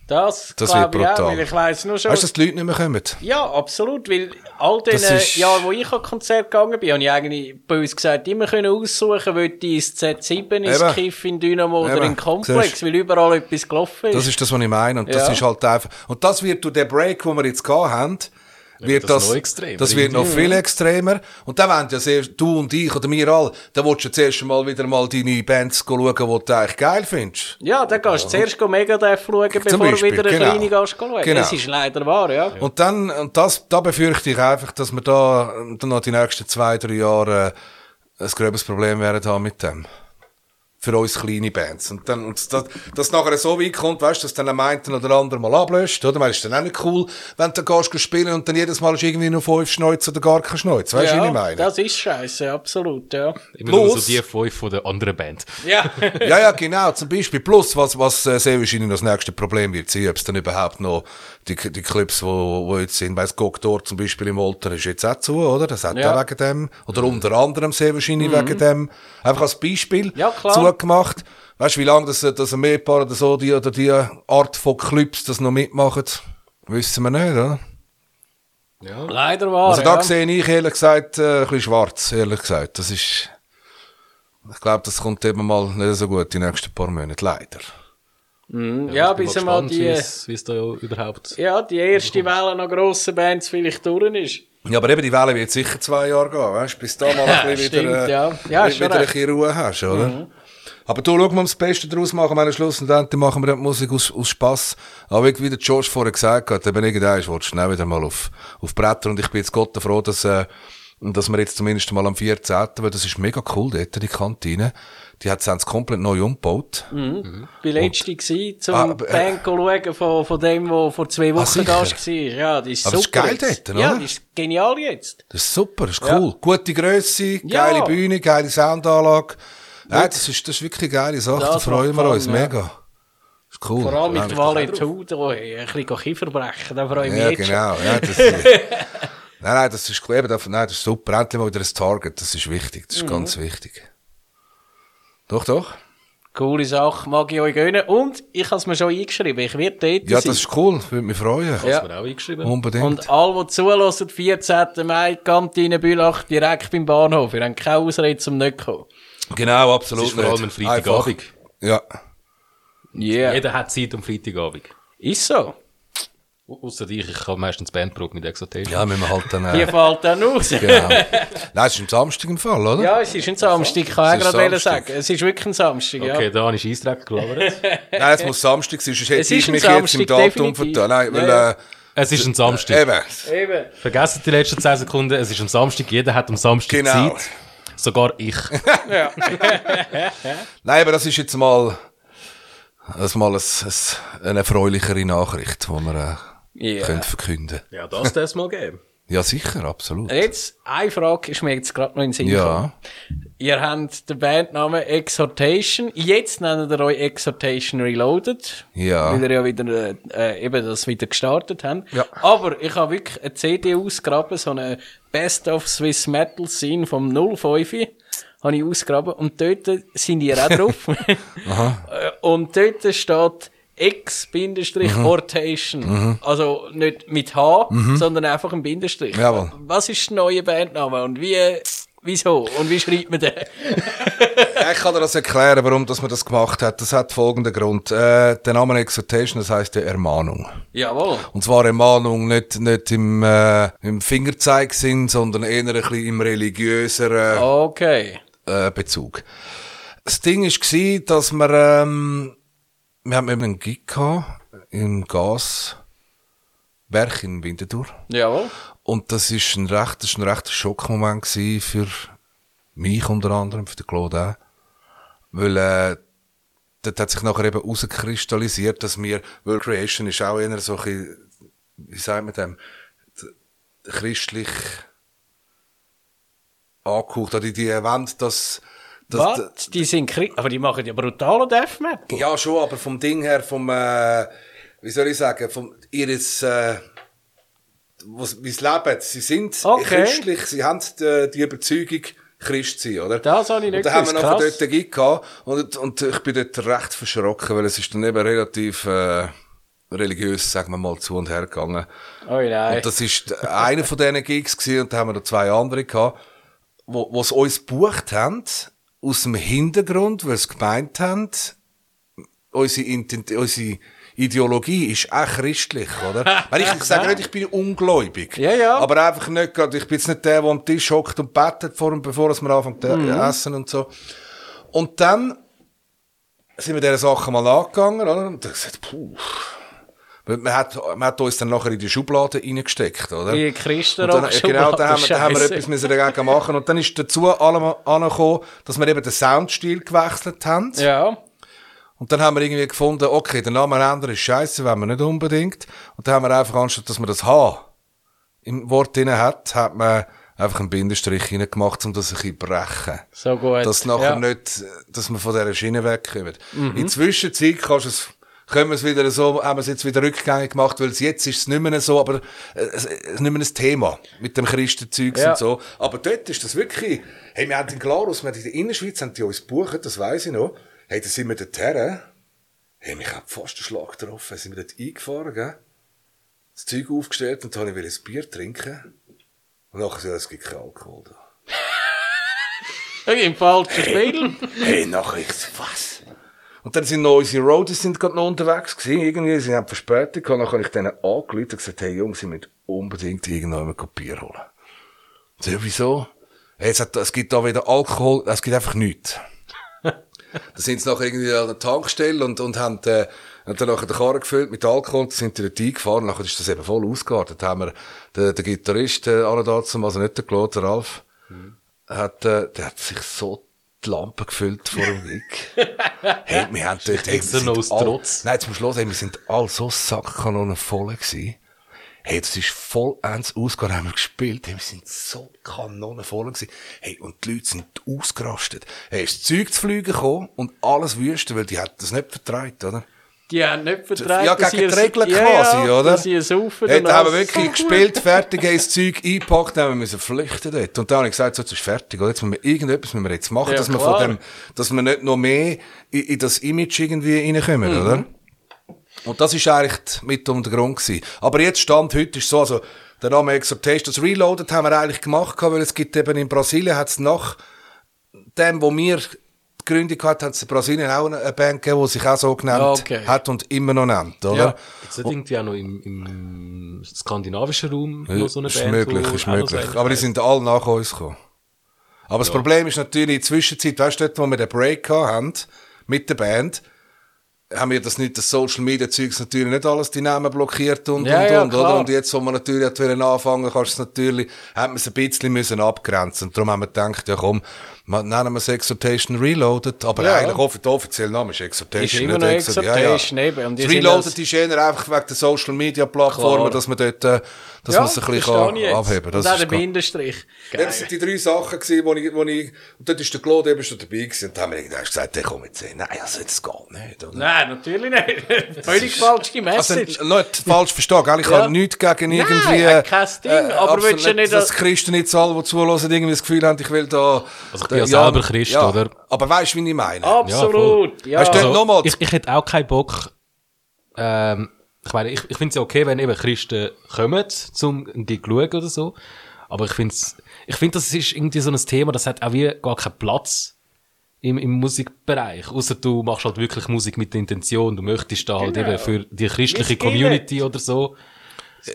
Das,
Das wird
glaube ich auch,
brutal.
weil ich weiss nur schon.
Weißt du, dass die Leute nicht mehr kommen?
Ja, absolut, weil all den
Das ist-
Jahren, wo ich an Konzert gegangen bin, habe ich eigentlich bei uns gesagt, immer können aussuchen, will ich ins Z7, ins
Eben.
Kiff, in Dynamo oder
Eben.
in Komplex,
Siehst
weil überall etwas gelaufen ist.
Das ist das, was ich meine. Und das
Ja.
ist halt einfach. Und das wird durch den Break, den wir jetzt gehabt haben, wird
das
das, das,
noch extremer
wird noch viel extremer. Und dann wollen ja sehr, du und ich oder wir alle, dann willst du zuerst mal wieder mal deine Bands schauen, die du eigentlich geil findest.
ja, dann kannst du zuerst go Megadeth schauen, bevor
Beispiel,
du wieder eine
genau.
kleine Gast schauen.
Genau.
Das ist leider wahr, ja.
Und dann, und das, da befürchte ich einfach, dass wir da, ähm, dann noch die nächsten zwei, drei Jahre, äh, ein gröbes Problem werden haben mit dem. Für uns kleine Bands. Und dann, und das, das nachher so weit kommt, weißt du, dass dann am einen oder anderen mal ablöscht, oder? Weil ist dann auch nicht cool, wenn du dann gehst spielen und dann jedes Mal hast du irgendwie nur fünf Schnäuze oder gar keinen Schnäuze. Weißt du,
ja,
wie ich meine?
Das ist scheiße, absolut, ja.
immer nur
Los.
so die fünf von der anderen Band.
Ja.
ja, ja, genau, zum Beispiel. Plus, was, was äh, sehr wahrscheinlich das nächste Problem wird sein, ob es dann überhaupt noch die, die Clips, wo, wo jetzt sind, weiss, Goktor zum Beispiel im Alter ist jetzt auch zu, oder? Das hat
Ja. Mhm.
auch wegen dem, oder unter anderem sehr wahrscheinlich wegen dem, einfach als Beispiel
Ja, klar.
zugemacht. Weißt du, wie lange das, äh, das ein Mehrpaar oder so, die oder die Art von Clips das noch mitmachen, wissen wir nicht, oder?
leider wahr,
Also da
Ah, ja.
sehe ich ehrlich gesagt äh, ein bisschen schwarz, ehrlich gesagt. Das ist, ich glaube, das kommt eben mal nicht so gut die nächsten paar Monate, leider.
ja, bis
ich bin
einmal
mal gespannt, wie
die,
es- wie es da überhaupt...
ja, die erste Welle an grossen Bands vielleicht durch ist.
Ja, aber eben die Welle wird sicher zwei Jahre gehen, weißt du, bis du da mal
Ja,
ein bisschen
stimmt,
wieder, äh,
ja. Ja, hast
wieder
schon
ein
recht. Mhm.
bisschen Ruhe hast, oder? Aber du, schau mal, das Beste daraus machen, am Schluss und dann machen wir die Musik aus, aus Spass. Aber wie der George vorher gesagt hat, eben irgendwann willst du dann wieder mal auf, auf Bretter und ich bin jetzt Gott froh, dass, äh, dass wir jetzt zumindest mal am 14., weil das ist mega cool dort, die Kantine. Die hat sie haben sie komplett neu umgebaut.
bin letzte gsi zum
Mhm. Ah,
ah,
aber, äh,
Band schauen von, von dem, der vor zwei Wochen
sicher?
Gast war. Ja, das ist
Aber das ist
super.
geil
jetzt.
dort,
Ja,
oder?
das ist genial jetzt.
Das ist super, das ist cool. Gute Größe,
Ja.
geile Bühne, geile Soundanlage. Ja, das ist, das ist wirklich eine geile Sache,
Das
da freuen wir
macht
uns
Fun, ja.
mega. Das ist cool.
Vor allem
Ja,
mit Valet Hud, oh, hey, ein bisschen Kiefer brechen, da freue ich mich
Ja,
jetzt
genau. Ja, das, nein, nein, das ist cool. Eben, das- Nein, das ist super. Endlich mal wieder ein Target, das ist wichtig, das ist ganz wichtig. Doch, doch.
schon. Coole Sache, mag ich euch gönnen. Und ich habe es mir schon eingeschrieben, ich werde dort
Ja,
sein.
das ist cool, würde mich freuen.
Ja.
Ja. Hast du mir auch eingeschrieben?
Unbedingt.
Und alle, die zulassen, 14. Mai, Kantine Bülach, direkt beim Bahnhof. Ihr habt keine Ausrede zum nicht kommen.
genau, absolut.
Es ist vor allem ein
nicht.
Freitagabend.
Einfach. Ja.
Yeah.
Jeder hat Zeit am Freitagabend.
Ist so.
Außer dich, ich habe meistens Bandprobe mit Exotation.
Ja, müssen wir halt dann...
Hier
Äh,
fällt dann aus.
genau. Nein, es ist am Samstag im Fall, oder?
Ja, es ist ein Samstag, kann
Es
ich
ist
gerade wollen
Samstag.
sagen. Es ist wirklich ein Samstag, ja.
Okay, da habe ich Eisdreck gelabert.
Nein, es muss Samstag sein, sonst hätte
Es ist
ich
ein
mich jetzt im
Samstag,
Datum
definitiv.
vertan. Nein, weil...
Ja,
es ist ein Samstag.
Äh, eben.
Eben.
Vergessen die letzten 10 Sekunden, es ist am Samstag, jeder hat am Samstag
Genau.
Zeit. Sogar ich.
Nein, aber das ist jetzt mal... Das ist mal ein, ein, eine erfreulichere Nachricht, die wir äh,
Ja.
können verkünden können.
ja, das darf es mal geben.
Ja, sicher, absolut.
Jetzt, eine Frage ist mir jetzt gerade noch in den Sinn gekommen.
Ja,
Ihr habt den Bandnamen Exhortation. Jetzt nennt ihr euch Exhortation Reloaded.
Ja.
Weil ihr ja wieder, äh, eben das wieder gestartet habt.
Ja.
Aber ich habe wirklich eine CD ausgraben, so eine Best of Swiss Metal Scene vom 05 habe ich ausgraben und dort sind ihr auch drauf. Äh, und dort steht X-Hortation.
Mhm.
Also nicht mit H, sondern einfach ein Bindestrich.
Jawohl.
Was ist der neue Bandname und wie, wieso und wie schreibt man den?
Ja, ich kann dir das erklären, warum dass man das gemacht hat. Das hat folgenden Grund. Äh, der Name Exhortation, das heisst ja Ermahnung.
Jawohl.
Und zwar Ermahnung nicht, nicht im, äh, im Fingerzeig-Sinn, sondern eher ein bisschen im religiöseren
Okay.
äh, Bezug. Das Ding war, dass wir, ähm, wir haben eben einen Gig gehabt, im Gaswerk in Winterthur.
Jawohl.
Und das ist ein recht, das ist ein rechter Schockmoment gewesen für mich unter anderem, für den Claude auch. Weil, äh, dort hat sich nachher eben herauskristallisiert, dass wir, weil Creation ist auch eher so ein bisschen, wie sagt man dem, d- christlich angehaucht, oder die, die wollen, dass, dass,
Was? Die sind Kri aber Oh, die machen ja brutalen Death Metal.
ja, schon, aber vom Ding her, vom, äh, wie soll ich sagen, vom ihres, äh, was, wie sie leben. Sie sind
Okay.
christlich, sie haben äh, die, die Überzeugung, Christ zu sein, oder?
Das habe ich nicht
Und da haben wir
gewusst,
nachher
krass.
dort einen Gig gehabt und, und ich bin dort recht verschrocken, weil es ist dann eben relativ, äh, religiös, sagen wir mal, zu und her gegangen.
Oh nein.
Und das ist einer von diesen Gigs gewesen, und da haben wir noch zwei andere gehabt, wo, wo sie uns gebucht haben, aus dem Hintergrund, weil sie gemeint haben, unsere, Inten- unsere Ideologie ist auch christlich, oder? Weil ich sage nicht, ich bin ungläubig.
Ja, ja.
Aber einfach nicht gerade, ich bin jetzt nicht der, der am Tisch hockt und betet, vor, bevor wir anfangen zu
Mhm.
essen und so. Und dann sind wir dieser Sache mal angegangen, oder? Und ich gesagt, puh. Weil Man hat, man hat uns dann nachher in die Schublade reingesteckt, oder?
Die Christen
Und dann,
auch
Genau, da haben, wir- da haben wir
Schublade,
etwas müssen dagegen machen. Und dann ist dazu allem angekommen, dass wir eben den Soundstil gewechselt haben.
ja.
Und dann haben wir irgendwie gefunden, okay, der Name ändern ist scheiße, wenn wir nicht unbedingt. Und dann haben wir einfach, anstatt dass man das H im Wort drin hat, hat man einfach einen Bindestrich reingemacht, um das ein bisschen zu brechen.
So gut.
Dass nachher
ja. Mhm.
nicht, dass man von dieser Schiene wegkommen. In der Zwischenzeit kannst du es, können wir es wieder so, haben wir es jetzt wieder rückgängig gemacht, weil es jetzt ist es nicht mehr so, aber äh, es es ist nicht mehr ein Thema mit dem Christenzeugs
Ja.
und so. Aber dort ist das wirklich, hey, wir haben in Glarus, wir haben in der Innerschweiz, haben die uns gebucht, das weiss ich noch. Hey, da sind wir dort her. Hey, mich hat fast der Schlag getroffen, sind wir dort eingefahren, gell? Das Zeug aufgestellt und dann wollte ich ein Bier trinken. Und nachher so, es gibt keinen Alkohol da.
Im falschen Spiel.
Hey, nachher ich so, was? Und dann sind noch unsere Roadies sind gerade noch unterwegs gewesen, irgendwie, sie haben Verspätung gehabt, dann habe ich denen angerufen und gesagt, hey Jungs, ihr müsst unbedingt irgendjemand ein Bier holen. So, ja, wieso? Hey, es, hat, es gibt da weder Alkohol, es gibt einfach nichts. da sind sie nachher irgendwie an der Tankstelle und, und haben, äh, haben dann nachher den Karren gefüllt mit Alkohol, und sind dort eingefahren, nachher ist das eben voll ausgeartet, haben wir den, den Gitarrist, äh, an also nicht der Claude, der Ralf, hat, äh, der hat sich so die Lampe gefüllt vor dem Gig. hey, wir haben dort, hey, wir
Extra noch
sind
aus
all-
Trotz.
nein, zum Schluss, hey, wir sind alle so Sackkanonen voll gewesen. Hey, das ist vollends ausgegangen, haben wir gespielt, hey, wir sind so Kanonen voll gewesen. Hey, und die Leute sind ausgerastet. Hey, ist das Zeug zu fliegen gekommen und alles wüste, weil die hat das nicht vertreibt, oder?
Die haben nicht vertragen,
Ja,
dass
gegen
ihr-
die Regeln
ja,
quasi,
ja,
oder?
Dass ihr saufen
Hey,
und
da haben wir
alles.
wirklich gespielt, fertig, haben das Zeug eingepackt, dann haben wir müssen flüchten dort. Und dann habe ich gesagt, so, jetzt ist fertig, oder? Jetzt müssen wir irgendetwas müssen wir jetzt machen,
Ja,
dass wir
klar.
von dem, dass wir nicht noch mehr in, in das Image irgendwie reinkommen,
Mhm.
oder? Und das ist eigentlich die- mit um der Grund gewesen. Aber jetzt Stand heute ist so, also, der Name Exhortation, das Reloaded haben wir eigentlich gemacht, gehabt, weil es gibt eben in Brasilien hat's nach, dem, wo wir Gründung gehabt, hat es in Brasilien auch eine eine Band gegeben, die sich auch so genannt
Ah, okay.
hat und immer noch nennt, oder?
Jetzt nicht irgendwie auch noch im, im skandinavischen Raum noch so eine
ist
Band.
möglich,
wo
ist
auch noch so
möglich.
eine
Aber die sind alle nach uns gekommen. Aber das Problem ist natürlich, in der Zwischenzeit, weißt du, dort, wo wir den Break gehabt haben, mit der Band, haben wir das nicht, das Social Media Zeugs natürlich nicht alles die Namen blockiert und,
Ja,
und,
ja,
und,
klar.
oder? Und jetzt, wo man natürlich hat wollen anfangen, kannst du es natürlich, hat man es ein bisschen müssen abgrenzen. Und darum haben wir gedacht, ja komm, wir nennen wir es Exhortation Reloaded, aber
Ja.
eigentlich offi- der offizielle Name ist Exhortation.
Ist immer
nicht
noch
Exhort-
Exhortation, eben. Und die
Das
sind
Reloaded
als-
ist eher einfach wegen der Social Media Plattformen,
Klar.
dass man dort, äh, dass man es ein bisschen
verstehe ich
kann
jetzt.
abheben
Und auch der
gar-
Bindestrich.
Ja, Das sind die drei Sachen, gewesen, wo ich, wo ich, und dort ist der Claude eben schon dabei gewesen, und da haben wir irgendwann gesagt, der komm jetzt hin. Nein, also, das geht nicht, oder?
Nein, natürlich nicht. Völlig falsche
Also,
Message.
nicht falsch verstehen, gell? Ich
Ja.
habe nichts gegen irgendwie. äh,
Nein, kein Ding, aber
absolut
willst du nicht-
Dass die Christen jetzt alle, die zuhören, irgendwie das Gefühl haben, ich will da.
Also, ich
da-
bin ja selber Christ, oder?
Aber weißt du, wie ich meine?
Absolut.
voll.
Ja,
Weißt du,
Also,
nochmal-
Ich, ich hätte auch keinen Bock. Ähm, ich meine, ich, ich finde es ja okay, wenn eben Christen kommen, zum einen Gig schauen oder so. Aber ich finde ich find, das ist irgendwie so ein Thema, das hat auch wie gar keinen Platz im, im Musikbereich. Außer du machst halt wirklich Musik mit der Intention, du möchtest da halt
Genau.
eben für die christliche
Nicht
Community oder so.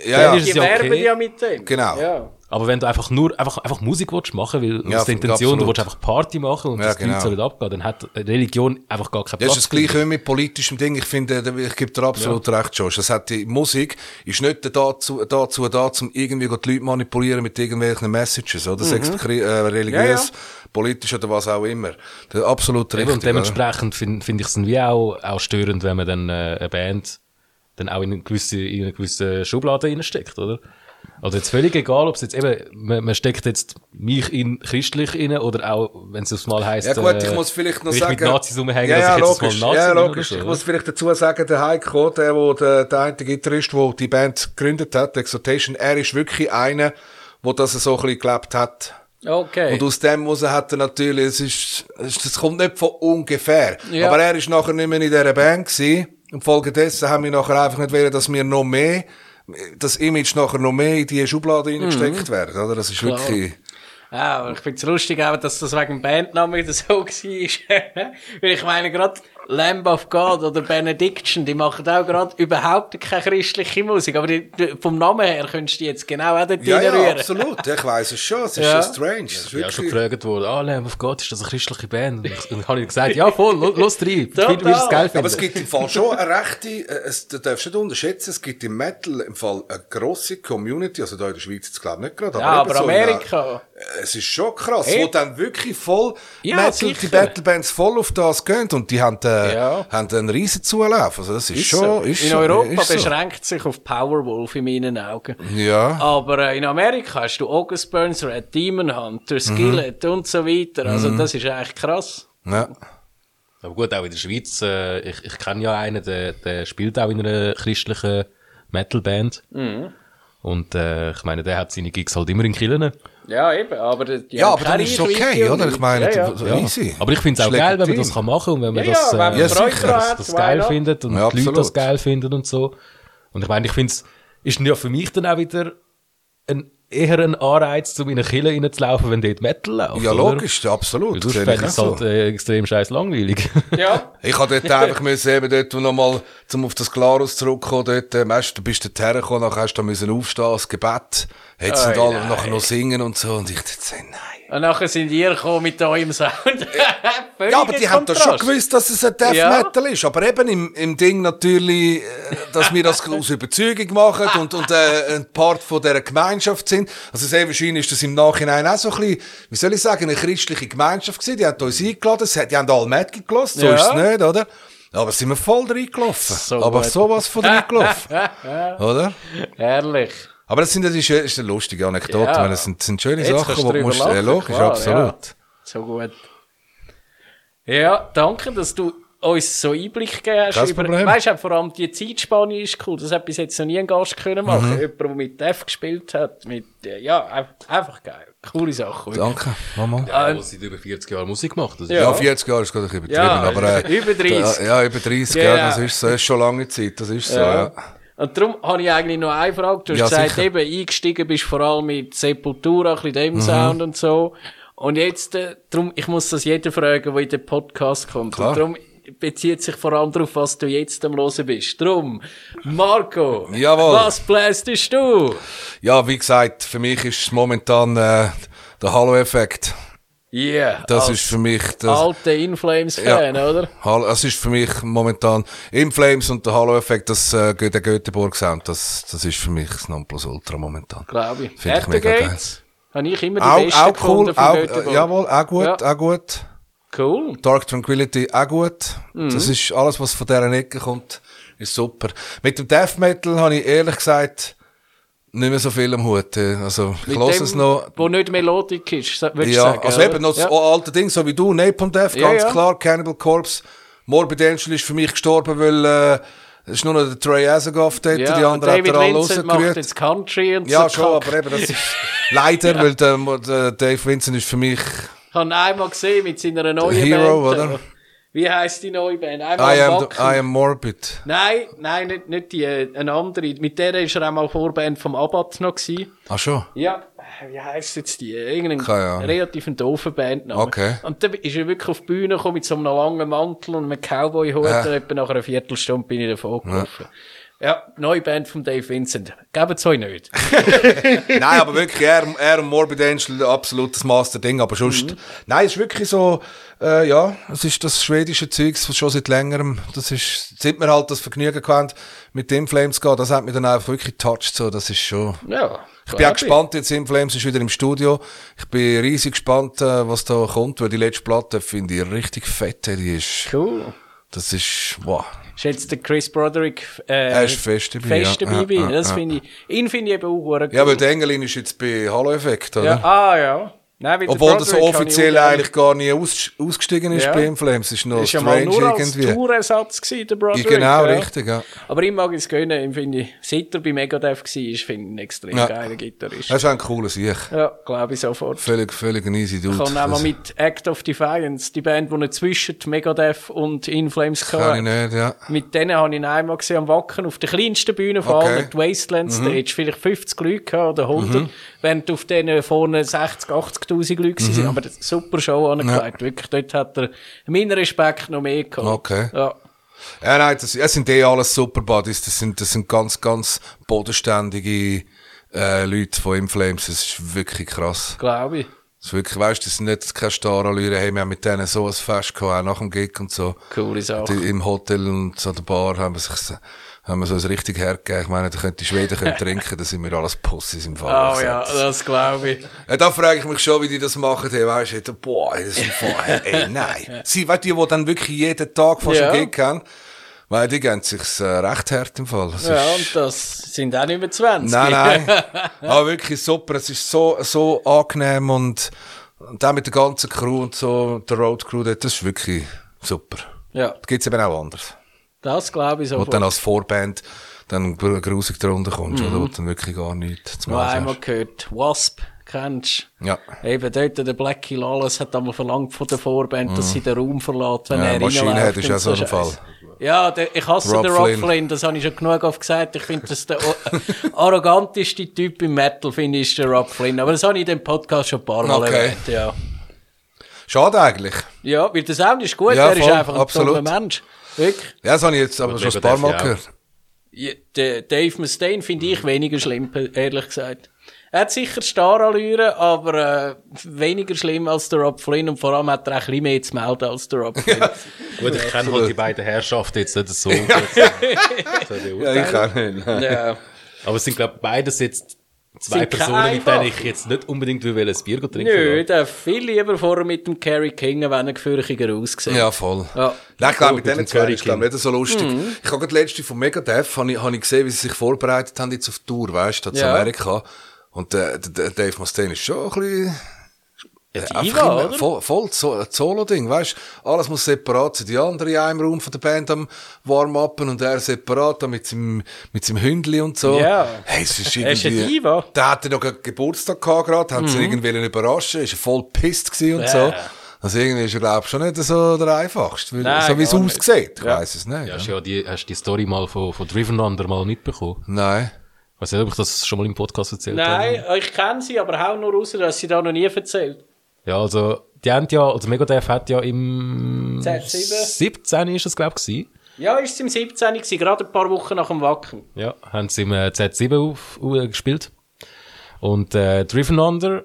Ja,
Dann
ja.
ist-
die
ist ja
werben
okay.
ja mit dem.
Genau.
Ja.
Aber wenn du einfach nur einfach, einfach Musik willst machen weil
Ja,
aus der Intention, du
absolut.
willst einfach Party machen und
Ja,
das
genau.
Zeug soll abgehen, dann hat Religion einfach gar keinen
Das
Platz.
ist das Gleiche mit politischem Ding. Ich finde, da- ich gebe dir absolut recht, Josh. Das hat die Musik ist nicht dazu, dazu da, um irgendwie die Leute manipulieren mit irgendwelchen Messages,
Mhm.
oder? Sechs äh, religiös, politisch oder was auch immer. Das ist absolut
Eben,
richtig.
und
oder?
dementsprechend finde find ich es dann wie auch, auch störend, wenn man dann äh, eine Band dann auch in eine gewisse, in eine gewisse Schublade reinsteckt, oder? Also jetzt völlig egal, ob es jetzt eben, man, man steckt jetzt mich in christlich rein oder auch, wenn es aufs Mal heisst,
Ja gut, ich
äh,
muss vielleicht noch
wenn
sagen...
ich mit Nazis umhängen,
ja, ja,
dass ich jetzt
logisch,
aufs Mal Nazi
ja,
bin oder
logisch.
so,
Ich
oder?
muss vielleicht dazu sagen, der Heiko, der, wo der, der eine Gitarrist, der die Band gegründet hat, Exhortation, er ist wirklich einer, der das so ein bisschen gelebt hat.
Okay.
Und aus dem heraus hat er natürlich, es ist, es ist- das kommt nicht von ungefähr.
Ja.
Aber er ist nachher nicht mehr in dieser Band gewesen. Und folgedessen haben wir nachher einfach nicht wollen, dass wir noch mehr, das Image nachher noch mehr in diese Schublade
Mhm.
reingesteckt werden, oder? Das ist wirklich,
Ja, aber ich find's lustig, auch, dass das wegen dem Bandnamen wieder so war. Weil ich meine, gerade Lamb of God oder Benediction, die machen auch gerade überhaupt keine christliche Musik. Aber die, die- vom Namen her könntest du die jetzt genau auch dort
ja, ja,
reinrühren.
absolut. Ich weiss es schon. Es ist
Ja.
schon strange. Es ist
Ich bin auch schon
wirklich,
gefragt worden, ah, Lamb of God, ist das eine christliche Band? Und ich- dann habe ich gesagt, ja, voll, lo- los rein, du
Total.
wirst es geil
aber es
finden.
gibt im Fall schon eine rechte, äh, es, du darfst nicht unterschätzen, es gibt im Metal im Fall eine grosse Community, also da in der Schweiz jetzt glaube ich nicht gerade,
Ja,
eben
aber
so in einer-
Amerika.
Es ist schon krass,
Hey.
wo dann wirklich voll
Ja,
Metal, die
sicher.
Metalbands voll auf das gehen und die haben, äh,
Ja.
haben einen riesen Zulauf. Also das ist,
Ist so.
schon, ist
in
schon-
Europa
ist so.
beschränkt sich auf Powerwolf in meinen Augen.
Ja.
Aber äh, in Amerika hast du August Burns, Red Demon Hunter,
Mhm.
Skillet und so weiter. Also das ist eigentlich krass.
ja.
Aber gut, auch in der Schweiz, äh, ich, ich kenne ja einen, der, der spielt auch in einer christlichen Metalband.
Mhm.
Und äh, ich meine, der hat seine Gigs halt immer in Killen.
Ja, eben. Aber die
Ja,
haben
aber dann
keine
ist es
Reichweite
okay,
und
oder? Ich
nichts.
meine,
Ja, ja.
d- easy.
Aber ich finde es auch
Schlägt
geil, wenn man
Team.
das kann machen und wenn man
Ja,
das, äh,
ja, wenn man
Ja,
Freude
sicher.
daran
das,
hat,
das
why
geil
not?
findet und
Ja,
die Leute
absolut.
das geil finden und so. Und ich meine, ich finde es, ist ja für mich dann auch wieder ein, eher ein Anreiz, um zu meinen Killen reinzulaufen, wenn dort Metal läuft.
Ja,
oder?
logisch, absolut.
Weil sonst
Sehe
fände ich
auch
es
so.
halt äh, extrem scheiß langweilig.
Ja.
Ich hab dort einfach müssen, eben dort nochmal, zum auf das Klarus zurückkommen, dort, äh, weißt, du bist dort hergekommen, nachher hast du da müssen aufstehen, das Gebet. Jetzt sind
Oh,
alle
nein.
nachher noch singen und so, und ich dachte, nein.
Und nachher sind ihr gekommen mit eurem Sound.
Ja, aber die haben doch schon gewusst, dass es ein Death
Ja.
Metal ist. Aber eben im, im Ding natürlich, äh, dass wir das aus Überzeugung machen und, und äh, ein Part von dieser Gemeinschaft sind. Also sehr wahrscheinlich ist das im Nachhinein auch so ein bisschen, wie soll ich sagen, eine christliche Gemeinschaft gewesen. Die haben uns eingeladen, es hat- die haben alle Metal gelassen, so
Ja.
ist es nicht, oder? Aber sind wir voll reingelaufen.
So
Aber
gut.
sowas von reingelaufen. oder?
Ehrlich.
Aber das sind ja die schö- ist eine lustige Anekdote.
Ja.
Ja. Das sind, sind schöne
Jetzt kannst
Sachen,
du
die du musst,
drüber
äh,
lachen,
logisch,
klar,
absolut.
ja. So gut. Ja, danke, dass du uns so Einblick gegeben hast.
Kein Problem.
Weißt du, auch vor allem die Zeitspanne ist cool. Das hat bis jetzt noch nie ein Gast können machen.
Mhm.
Jemand, der mit F gespielt hat. Mit, äh, ja, einfach, einfach geil. Coole Sache. wirklich.
Danke, Mama.
Ja, wo seit über 40 Jahren Musik gemacht. Das ist
Ja.
Ja, 40 Jahre ist gerade ein bisschen übertrieben,
Ja,
aber... Äh,
über 30.
Ja, über 30,
Genau.
gell, das ist so, das ist schon lange Zeit, das ist so,
Ja.
ja.
Und darum habe ich eigentlich noch eine Frage. Du hast
Ja,
gesagt,
sicher. Mhm.
eben eingestiegen bist du vor allem mit Sepultura, ein bisschen dem Sound und so. Und jetzt, äh, drum, ich muss das jeder fragen, der in den Podcast kommt.
Klar.
Und darum bezieht sich vor allem darauf, was du jetzt am Hören bist. Drum, Marco,
Jawohl.
was blästest du?
Ja, wie gesagt, für mich ist momentan äh, der Hallo-Effekt.
Yeah,
Das
als
ist für mich das.
alter Inflames-Fan, oder?
Hallo, das ist für mich momentan Inflames und der Hallo-Effekt, das äh, Gö- der Göteborg-Sound, das, das ist für mich das Nonplusultra momentan.
Glaube ich.
Finde ich mega geil.
Gates habe ich immer die
Auch,
besten
auch cool,
gefunden von
auch,
Göteborg.
äh, jawohl, auch gut,
Ja.
auch gut.
Cool.
Dark Tranquility auch gut.
Mhm.
Das ist alles, was von dieser Ecke kommt, ist super. Mit dem Death Metal habe ich ehrlich gesagt nicht mehr so viel am Hut. äh, Also, ich
Mit
lasse
dem,
es noch.
Wo nicht melodisch ist, sa- würdest
Ja,
du sagen.
also
oder?
eben noch das
Ja.
alte Ding, so wie du, Napalm Death,
Ja,
ganz
ja.
klar, Cannibal Corpse. Morbid Angel ist für mich gestorben, weil äh, es ist nur noch der Trey Azagoff dort,
Ja,
die anderen hat
David
er alle
Vincent macht
rausgerührt.
jetzt Country und
Ja,
so.
schon, aber eben, das ist leider, weil der, der Dave Vincent ist für mich
Ich habe ihn einmal gesehen mit seiner neuen
Hero,
Band. eh.
oder?
Wie heisst die nou? neue Band? Einmal
I
am
am,
Wacken.
I am Morbid.
Nein, nein, nicht, nicht die, äh, eine andere. Mit der ist er einmal Vorband vom Abad noch gewesen.
Ach schon.
Ja, eh, wie heisst jetzt die? Irgendeine
Keine Ahnung.
relativ doofen Bandname.
Okay.
Und dann ist er wirklich auf die Bühne gekommen mit so einem langen Mantel und einem Cowboy-Hut.
Ja.
Und etwa nach einer Viertelstunde bin ich davon gelaufen. Ja. neue Band von Dave Vincent. Geben es euch nicht.
nein, aber wirklich, er, er und Morbid Angel, absolutes Master-Ding, aber sonst, nein, es ist wirklich so, äh, ja, es ist das schwedische Zeugs, was schon seit längerem, das ist, seit wir halt das Vergnügen gehabt, mit den Flames zu gehen, das hat mich dann einfach wirklich touched, so, das ist schon,
Ja.
ich bin auch gespannt, jetzt Inflames ist wieder im Studio. Ich bin riesig gespannt, äh, was da kommt, weil die letzte Platte finde ich richtig fett. ey, Die ist,
Cool.
das ist, wow.
Ist jetzt der Chris Broderick äh,
Er ist fest dabei,
fest
ja.
dabei
Ja,
bin.
ja,
Das
ja.
finde ich, ihn finde ich eben auch verdammt
Ja, weil
cool.
der Engelin ist jetzt bei Hallo Effekt, oder?
ja, ah, ja. Nein, weil der
Obwohl das
Broderick habe ich
offiziell
auch gerne-
eigentlich gar nie aus, ausgestiegen ist
Ja.
bei Inflames. Ist noch
Ist ja mal
strange
nur als
irgendwie.
Tourersatz gewesen, der Broderick.
genau,
ja.
richtig, ja.
Aber ich mag es gönnen, ihn finde ich, seit er bei Megadeth war, finde ich ihn extrem
Ja.
geiler Gitarrist.
Das ist ein cooler Sieg.
Ja, glaube ich sofort.
Völlig, völlig ein easy Dude.
Ich habe auch mal
Das
mit Act of Defiance, die Band, die er zwischen Megadeth und Inflames
Kann ich
hatte.
nicht, ja.
Mit denen habe ich ihn einmal gesehen am Wacken, auf der kleinsten Bühne von
Okay. Mhm.
allen, die Wasteland Stage, vielleicht 50 Leute gehabt oder 100, während auf denen vorne 60, 80'000 Leute gewesen
Mhm.
sind. Aber das- super Show angelegt, wirklich. Dort hat er meinen Respekt noch mehr gehabt.
Okay.
Ja.
Ja, nein, das, das sind eh alles Superbuddies. Das sind, das sind ganz, ganz bodenständige äh, Leute von Inflames. Das ist wirklich krass.
Glaube ich.
Das ist wirklich, weißt, das sind nicht keine Starallüre. Hey, wir haben mit denen so ein Fest gehabt, auch nach dem Gig und so.
Coole Sache.
Die, Im Hotel und an der Bar haben wir sich so- haben wir so ein richtig hergegeben. Ich meine, da könnten die Schweden können trinken, da sind wir alles Pussys im Fall.
Oh ja, das glaube ich.
Ja, da frage ich mich schon, wie die das machen. Hey, weißt du, boah, das sind vorher, ey, nein. Sie, weißt du, die, die dann wirklich jeden Tag fast
Ja.
einen Gig haben, weil die gehen sich's äh, recht hart im Fall. Es
Ja, und
ist-
das sind auch nicht mehr 20.
Nein, nein. Aber Oh, wirklich super. Es ist so, so angenehm und, und auch mit der ganzen Crew und so, der Road Crew dort, das ist wirklich super.
Ja,
Da gibt's eben auch anders.
das glaube ich
Wo Mhm. du dann
sofort.
als Vorband dann gru- grusig drunter kommst, oder? Wo du dann wirklich gar nichts zu
Noch
machen
einmal
hast.
gehört. Wasp, kennst du?
Ja.
Eben dort, der Blackie Lawless hat einmal verlangt von der Vorband, dass sie den Raum verlässt, wenn
Mm. Ja,
er
Maschine
reinläuft.
hat, ist
und
auch so ein Fall.
Scheiss. Ja, der, ich hasse
Rob
den Rob
Flynn.
Flynn. das habe ich schon genug oft gesagt. Ich finde, das der o- arroganteste Typ im Metal, finde ich, ist der Rob Flynn. Nou, Aber das habe ich in dem Podcast schon ein paar Mal
Okay.
erwähnt, ja.
Schade eigentlich.
Ja, weil der Sound ist gut,
Ja,
er ist
voll,
einfach ein
absolut.
dummer Mensch. Wirklich.
Ja, das habe ich jetzt aber schon ein paar
Megadeth,
Mal
ja.
gehört.
Ja, der Dave Mustaine finde ich weniger schlimm, pe- ehrlich gesagt. Er hat sicher Starallüren, aber äh, weniger schlimm als der Rob Flynn und vor allem hat er auch ein bisschen mehr zu melden als der Rob Flynn.
Gut, ich kenne halt die beiden Herrschaften jetzt nicht so. gut. So die Ur-
Ja, ich auch nicht. nein.
ja.
Aber es sind, glaube ich, beides jetzt zwei
Sind keine
Personen, mit denen ich
einfachen.
jetzt nicht unbedingt will ein Bier trinken
Nö,
will.
der viel lieber vorher mit dem Kerry King, wenn er gefürchiger aussieht.
Ja, Mhm. voll.
Ja.
Nein, ich glaube,
Gut,
mit
mit
denen
dem
zwei
Curry
ist glaub ich, nicht so lustig. Ich habe gerade die letzte von Megadeth, habe ich, habe ich gesehen, wie sie sich vorbereitet haben jetzt auf die Tour, weißt du, zu
Ja.
Amerika. Und der, der, der Dave Mustaine ist schon ein bisschen...
Ja,
einfach
Diva,
immer
oder?
voll, voll so- ein Solo-Ding, weißt du. Alles muss separat sein. Die anderen in einem Raum von der Band am Warm-Upen und er separat da mit seinem, mit seinem Hündli und so.
Ja.
Hey, es ist
Er
irgendwie...
ist eine Diva. Mhm.
Der hatte noch gerade Geburtstag gehabt, gerade, haben sie irgendwie wollen überraschen, ist er voll pisst gewesen und so.
Ja.
Also irgendwie ist er, glaube ich, schon nicht so der einfachste, weil,
Nein,
so wie es
gar nicht.
aussieht. Ich weiss es nicht.
Ja,
Ja.
hast du ja die, hast die Story mal von, von Driven Under mal mitbekommen?
Nein.
Ich weiß nicht, ob ich das schon mal im Podcast erzählt habe.
Nein, ich kenne sie, aber hau nur raus, dass sie da noch nie erzählt.
Ja, also, die haben ja, also Megadeth hat ja im
17.
17 ist es, glaube ich,
Ja, ist es im 17. gewesen, gerade ein paar Wochen nach dem Wacken.
Ja, haben sie im äh, Z7 auf, äh, gespielt. Und äh, Driven Under,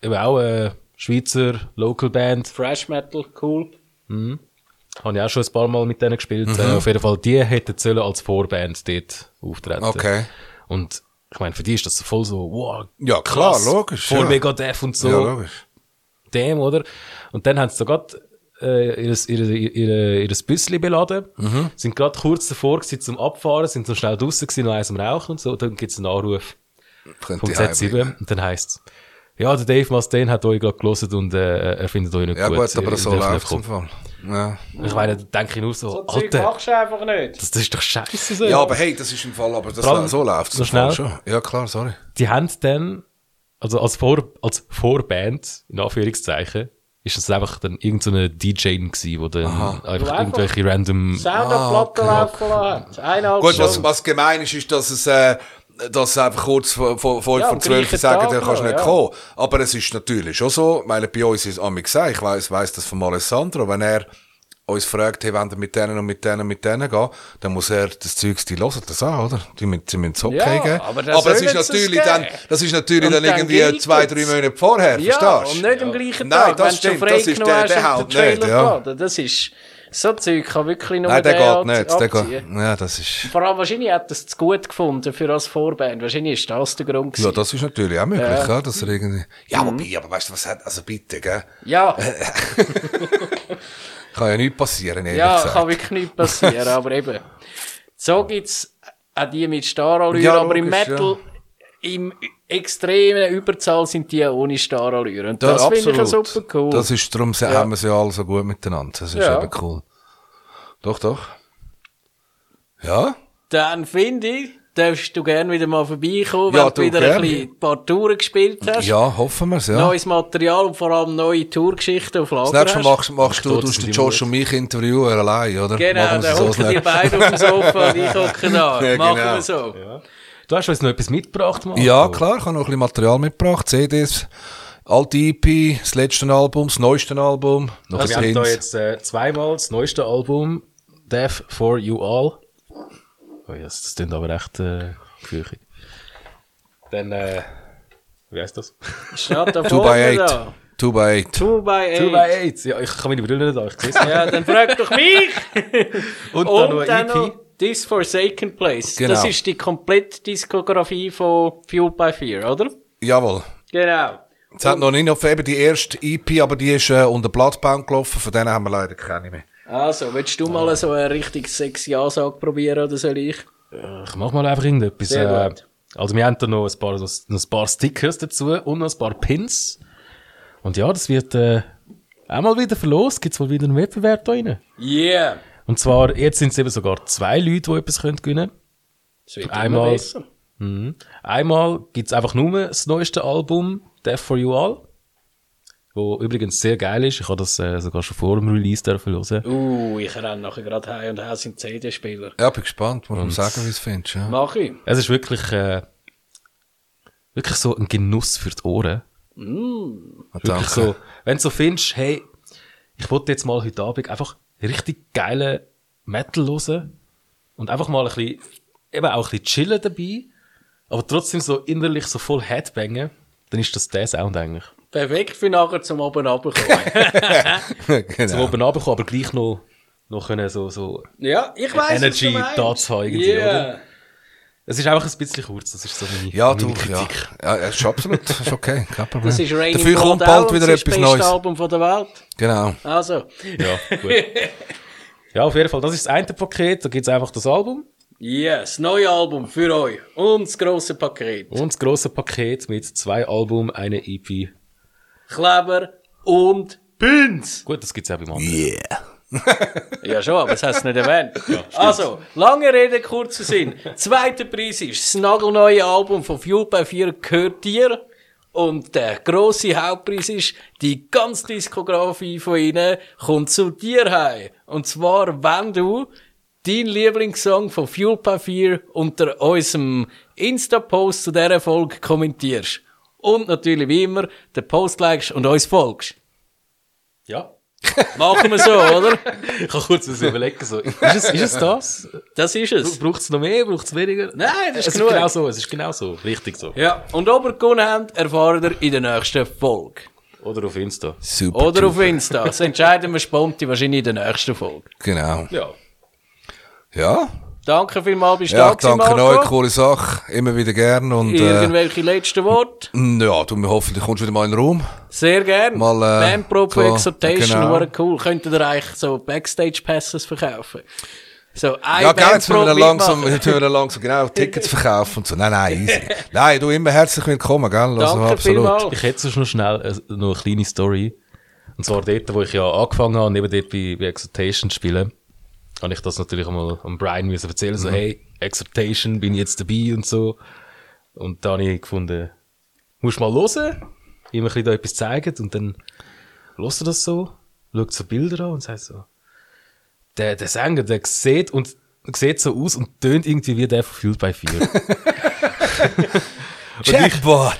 eben auch äh, Schweizer Local Band,
Fresh Metal, cool.
habe ich auch schon ein paar Mal mit denen gespielt.
Mhm.
Äh, auf jeden Fall, die hätten sollen als Vorband dort auftreten.
Okay.
Und ich meine, für die ist das voll so, wow,
Ja, klar, logisch,
Voll
ja.
Megadeth und so.
Ja, logisch.
dem, oder? Und dann haben sie sogar äh, ihres, ihre, ihre, ihres Büssli beladen,
Mhm.
sind gerade kurz davor gewesen zum Abfahren, sind so schnell draussen gewesen, noch eins am Rauchen und so, dann gibt's einen Anruf
Könnt
vom
ihr heimbringen.
Z7 und dann heisst's, ja, der Dave Mustaine hat euch gerade gelesen und äh, er findet euch nicht
Ja,
gut.
gut, aber
Ihr
so
dürft nicht
läuft's im
kommen.
Fall. Ja.
Ich meine, da denke ich nur so,
Zeug
Alter,
machst du einfach nicht.
das, das ist doch scheiße so.
ja, aber hey, das ist im Fall, aber das,
Dran-
so läuft's
so
im Fall
schnell.
schon. Ja, klar, sorry.
die haben dann, also als, Vor, als Vorband, in Anführungszeichen, ist das einfach dann irgendein so DJ gewesen, wo dann einfach
Wo einfach-
irgendwelche random...
Sound auf Platten laufen lassen. Eineinhalb
Ah, Gut, was,
Stunden.
was gemein ist, ist, dass es, äh, dass sie einfach kurz vor, vor, vor
Ja,
ja,
am
12
gleichen
sagen,
Tag
dann kannst du
noch,
nicht
ja.
kommen. Aber es ist natürlich schon so, weil bei uns ist es gesagt, ich weiss, weiss das von Alessandro, wenn er uns fragt, hey, wenn ihr mit denen und mit denen und mit denen gehen, dann muss er das Zeugs, die hören das auch, oder? Die müssen, die müssen es okay
Ja,
geben.
aber das
aber das ist
sollen sie
natürlich
es
dann,
geben.
das ist natürlich
Und
dann
dann
irgendwie
gilt
zwei,
es.
drei Monate vorher,
Ja,
verstehst
und nicht am gleichen
Nein,
Tag,
das
wenn du schon
Nou, stimmt,
frei
das ist
genommen
der-
hast
der
und
haut
den Trailer
nicht, ja.
geladen. Das ist, so Zeug kann wirklich nur
Nein, der geht
abzie-
nicht, der geht,
abziehen.
ja, das ist,
Vor allem, wahrscheinlich hat er es zu gut gefunden für als Vorband. Wahrscheinlich ist das der Grund
ja,
gewesen.
das ist natürlich auch möglich, ja. dass er irgendwie, ja,
Mhm.
wobei, aber weißt du, was hat, also bitte, gell?
Ja,
Kann ja nichts passieren, ehrlich
ja,
gesagt.
kann wirklich nicht passieren, aber eben. So gibt's auch die mit Starallüre,
Ja,
aber im
logisch,
Metal, im extremen Überzahl sind die ohne Starallüre. Und das finde ich ja super cool.
Das ist, darum ja. haben wir sie alle so gut miteinander. Das ist
Ja.
eben cool. Doch, doch. Ja,
Dann finde ich, darfst du gerne wieder mal vorbeikommen, wenn
Ja,
du
du,
wieder ein
gerne.
bisschen ein paar Touren gespielt hast.
ja, hoffen wir es, ja.
Neues Material und vor allem neue Tourgeschichten auf
Das
Lager
nächste Mal
hast.
machst, machst du,
Dort
tust
sind
du
die
Josh und mich interviewen allein, oder?
Genau,
Machen wir
dann
es so
hocken die
schnell.
beiden auf dem Sofa und ich hocke da.
Ja,
Machen
genau.
wir so.
Du hast uns noch etwas mitgebracht, Mann.
Ja, klar, ich habe noch ein bisschen Material mitgebracht. CDs, alte EP, das letzte Album, das neueste Album, noch
Also wir
ein
haben da
Pins.
jetzt äh, zweimal das neueste Album, Death for You All. Oh, ja, das klingt aber echt äh, gefürchtet. Dann, äh, wie heißt das?
Statt da
2
vorne
by 8.
da.
2 by 8.
Two by eight.
2 by 8. Ja, ich kann meine Brille nicht an, ich sehe
Ja, dann frag doch mich!
Und, dann noch ein
und
E
dann noch
EP.
This Forsaken Place.
E Genau.
Das ist die komplette Diskografie von Fueled by Fear, oder?
Jawohl.
Genau.
Es hat noch nicht auf eben die erste EP, aber die ist äh, unter Bloodbound gelaufen, von denen haben wir leider keine mehr.
Also, willst du mal so eine richtig sexy Ansage probieren oder soll ich?
Ich mach mal einfach irgendetwas.
Sehr
Äh,
gut.
also wir haben da noch ein paar, noch ein paar Stickers dazu und noch ein paar Pins. Und ja, das wird äh, auch mal wieder verlost. Gibt's wohl wieder einen Wettbewerb da rein.
Yeah!
Und zwar, jetzt sind es eben sogar zwei Leute, die etwas können gewinnen können.
Das wird
Einmal-
immer besser.
Mhm. Einmal gibt's einfach nur das neueste Album, Death for You All, wo übrigens sehr geil ist. Ich habe das äh, sogar schon vor dem Release dürfen hören.
Uh, ich renne nachher gerade heim und her sind CD-Spieler.
Ja, bin gespannt, muss man sagen, wie es findest. Ja.
Mach ich.
Es ist wirklich, äh, wirklich so ein Genuss für die Ohren.
Hmm.
Ah,
Wirklich
danke.
so, wenn du so findest, hey, ich wollte jetzt mal heute Abend einfach richtig geile Metal hören und einfach mal ein bisschen, eben auch ein bisschen chillen dabei, aber trotzdem so innerlich so voll Headbangen, dann ist das der Sound eigentlich.
Perfekt für nachher zum oben runterkommen.
Zum
genau.
oben runterkommen, aber gleich noch, noch können so, so.
ja, ich weiss, was du
Energy
meinst.
da zu haben irgendwie,
Yeah.
Es ist einfach ein bisschen kurz, das ist so meine,
Ja,
meine
du, ja. ja. Es ist absolut, das ist okay, kein Problem.
Das ist Rain
Dafür
in
kommt
Blood
bald
Out,
wieder
das ist
etwas
Das beste
Neues.
Album von der Welt.
Genau.
Also,
Ja, gut. ja, auf jeden Fall, das ist das eine Paket, da gibt's einfach das Album
yes, neue Album für euch. Und das grosse Paket.
und das grosse Paket mit zwei Album, eine E EP.
Kleber und Pins.
Gut, das gibt's auch beim anderen.
Yeah.
Ja schon, aber das hast du nicht erwähnt. also, lange Rede, kurzer Sinn. Zweiter Preis ist das nagelneue Album von Fueled by 4 gehört dir. Und der grosse Hauptpreis ist, die ganze Diskografie von ihnen kommt zu dir heim. Und zwar, wenn du deinen Lieblingssong von Fueled by 4 unter unserem Insta-Post zu dieser Folge kommentierst. Und natürlich wie immer, den Post likest und uns folgst.
Ja.
Machen wir so, oder?
Ich kann kurz was überlegen. So. Ist, es, ist es das?
Das ist es.
Braucht es noch mehr? Braucht es weniger?
Nein,
Es
das ist
ist
genug.
genau so. Es ist genau so. Richtig so.
Ja, und ob ihr gewonnen habt, erfahrt ihr in der nächsten Folge.
Oder auf Insta.
Super.
Oder auf Insta. Das entscheiden wir spontan wahrscheinlich in der nächsten Folge.
Genau.
Ja.
Ja.
Danke vielmals, bist du
Ja,
da
ich
gewesen,
danke
Marco.
euch. Coole Sache. Immer wieder gern. Und, äh,
Irgendwelche letzten Worte?
ja, du, wir hoffentlich kommst du wieder mal in den Raum.
Sehr gerne.
Mal, äh,
Bandprobe
so,
Exhortation,
genau.
genau. cool. Könntet ihr eigentlich so Backstage-Passes verkaufen? So, ein
Ja, gell, jetzt müssen
Bandprobe
wir dann langsam,
mitmachen.
jetzt müssen wir dann langsam genau Tickets verkaufen und so. Nein, nein, "Nou, easy. Nein, du immer herzlich willkommen, gell? Also,
Danke vielmals.
Ich hätte sonst noch schnell äh, noch eine kleine Story. Und zwar dort, wo ich ja angefangen habe, neben dort bei, bei Exhortation zu spielen, habe ich das natürlich einmal an Brian müssen erzählen. So, hey, Exhortation, bin ich jetzt dabei und so. Und dann habe ich gefunden, musst mal hören, ihm ein bisschen da etwas zeigen und dann hörst du das so, schaut so Bilder an und sagt so, der, der Sänger, der sieht und sieht so aus und tönt irgendwie wie der von Field by Fear.
Jackpot!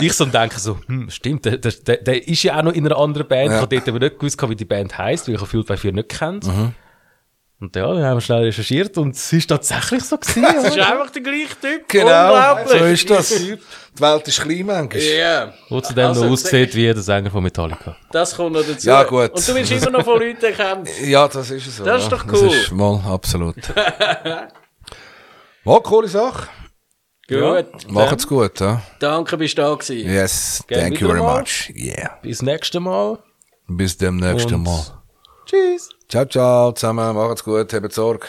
ich so am denken so, hm, stimmt, der, der, der, der ist ja auch noch in einer anderen Band.
Ja.
Ich habe dort aber nicht gewusst, wie die Band heisst, weil ich Field by Fear nicht kennt. Und ja, dann haben wir schnell recherchiert und es ist tatsächlich so gewesen.
Das ist
oder?
einfach der gleiche Typ.
genau, so
Unglaublich.
ist das. Die Welt ist klein manchmal.
Ja.
Wo zudem
Also,
noch aussieht wie der Sänger von Metallica.
Das kommt noch dazu.
Ja, gut.
Und du willst immer noch von Leuten erkannt.
Ja, das ist es. so.
Das ist
ja.
doch cool.
Das ist mal absolut. mal coole Sache.
Gut.
Macht's gut, ja.
Danke, bist du da gewesen.
Yes,
Gerne
thank you
wieder
very
mal.
much. Yeah.
Bis nächstes Mal.
Bis demnächst
Und
mal.
Tschüss.
Ciao, ciao zusammen. Macht's gut. Habt Sorge.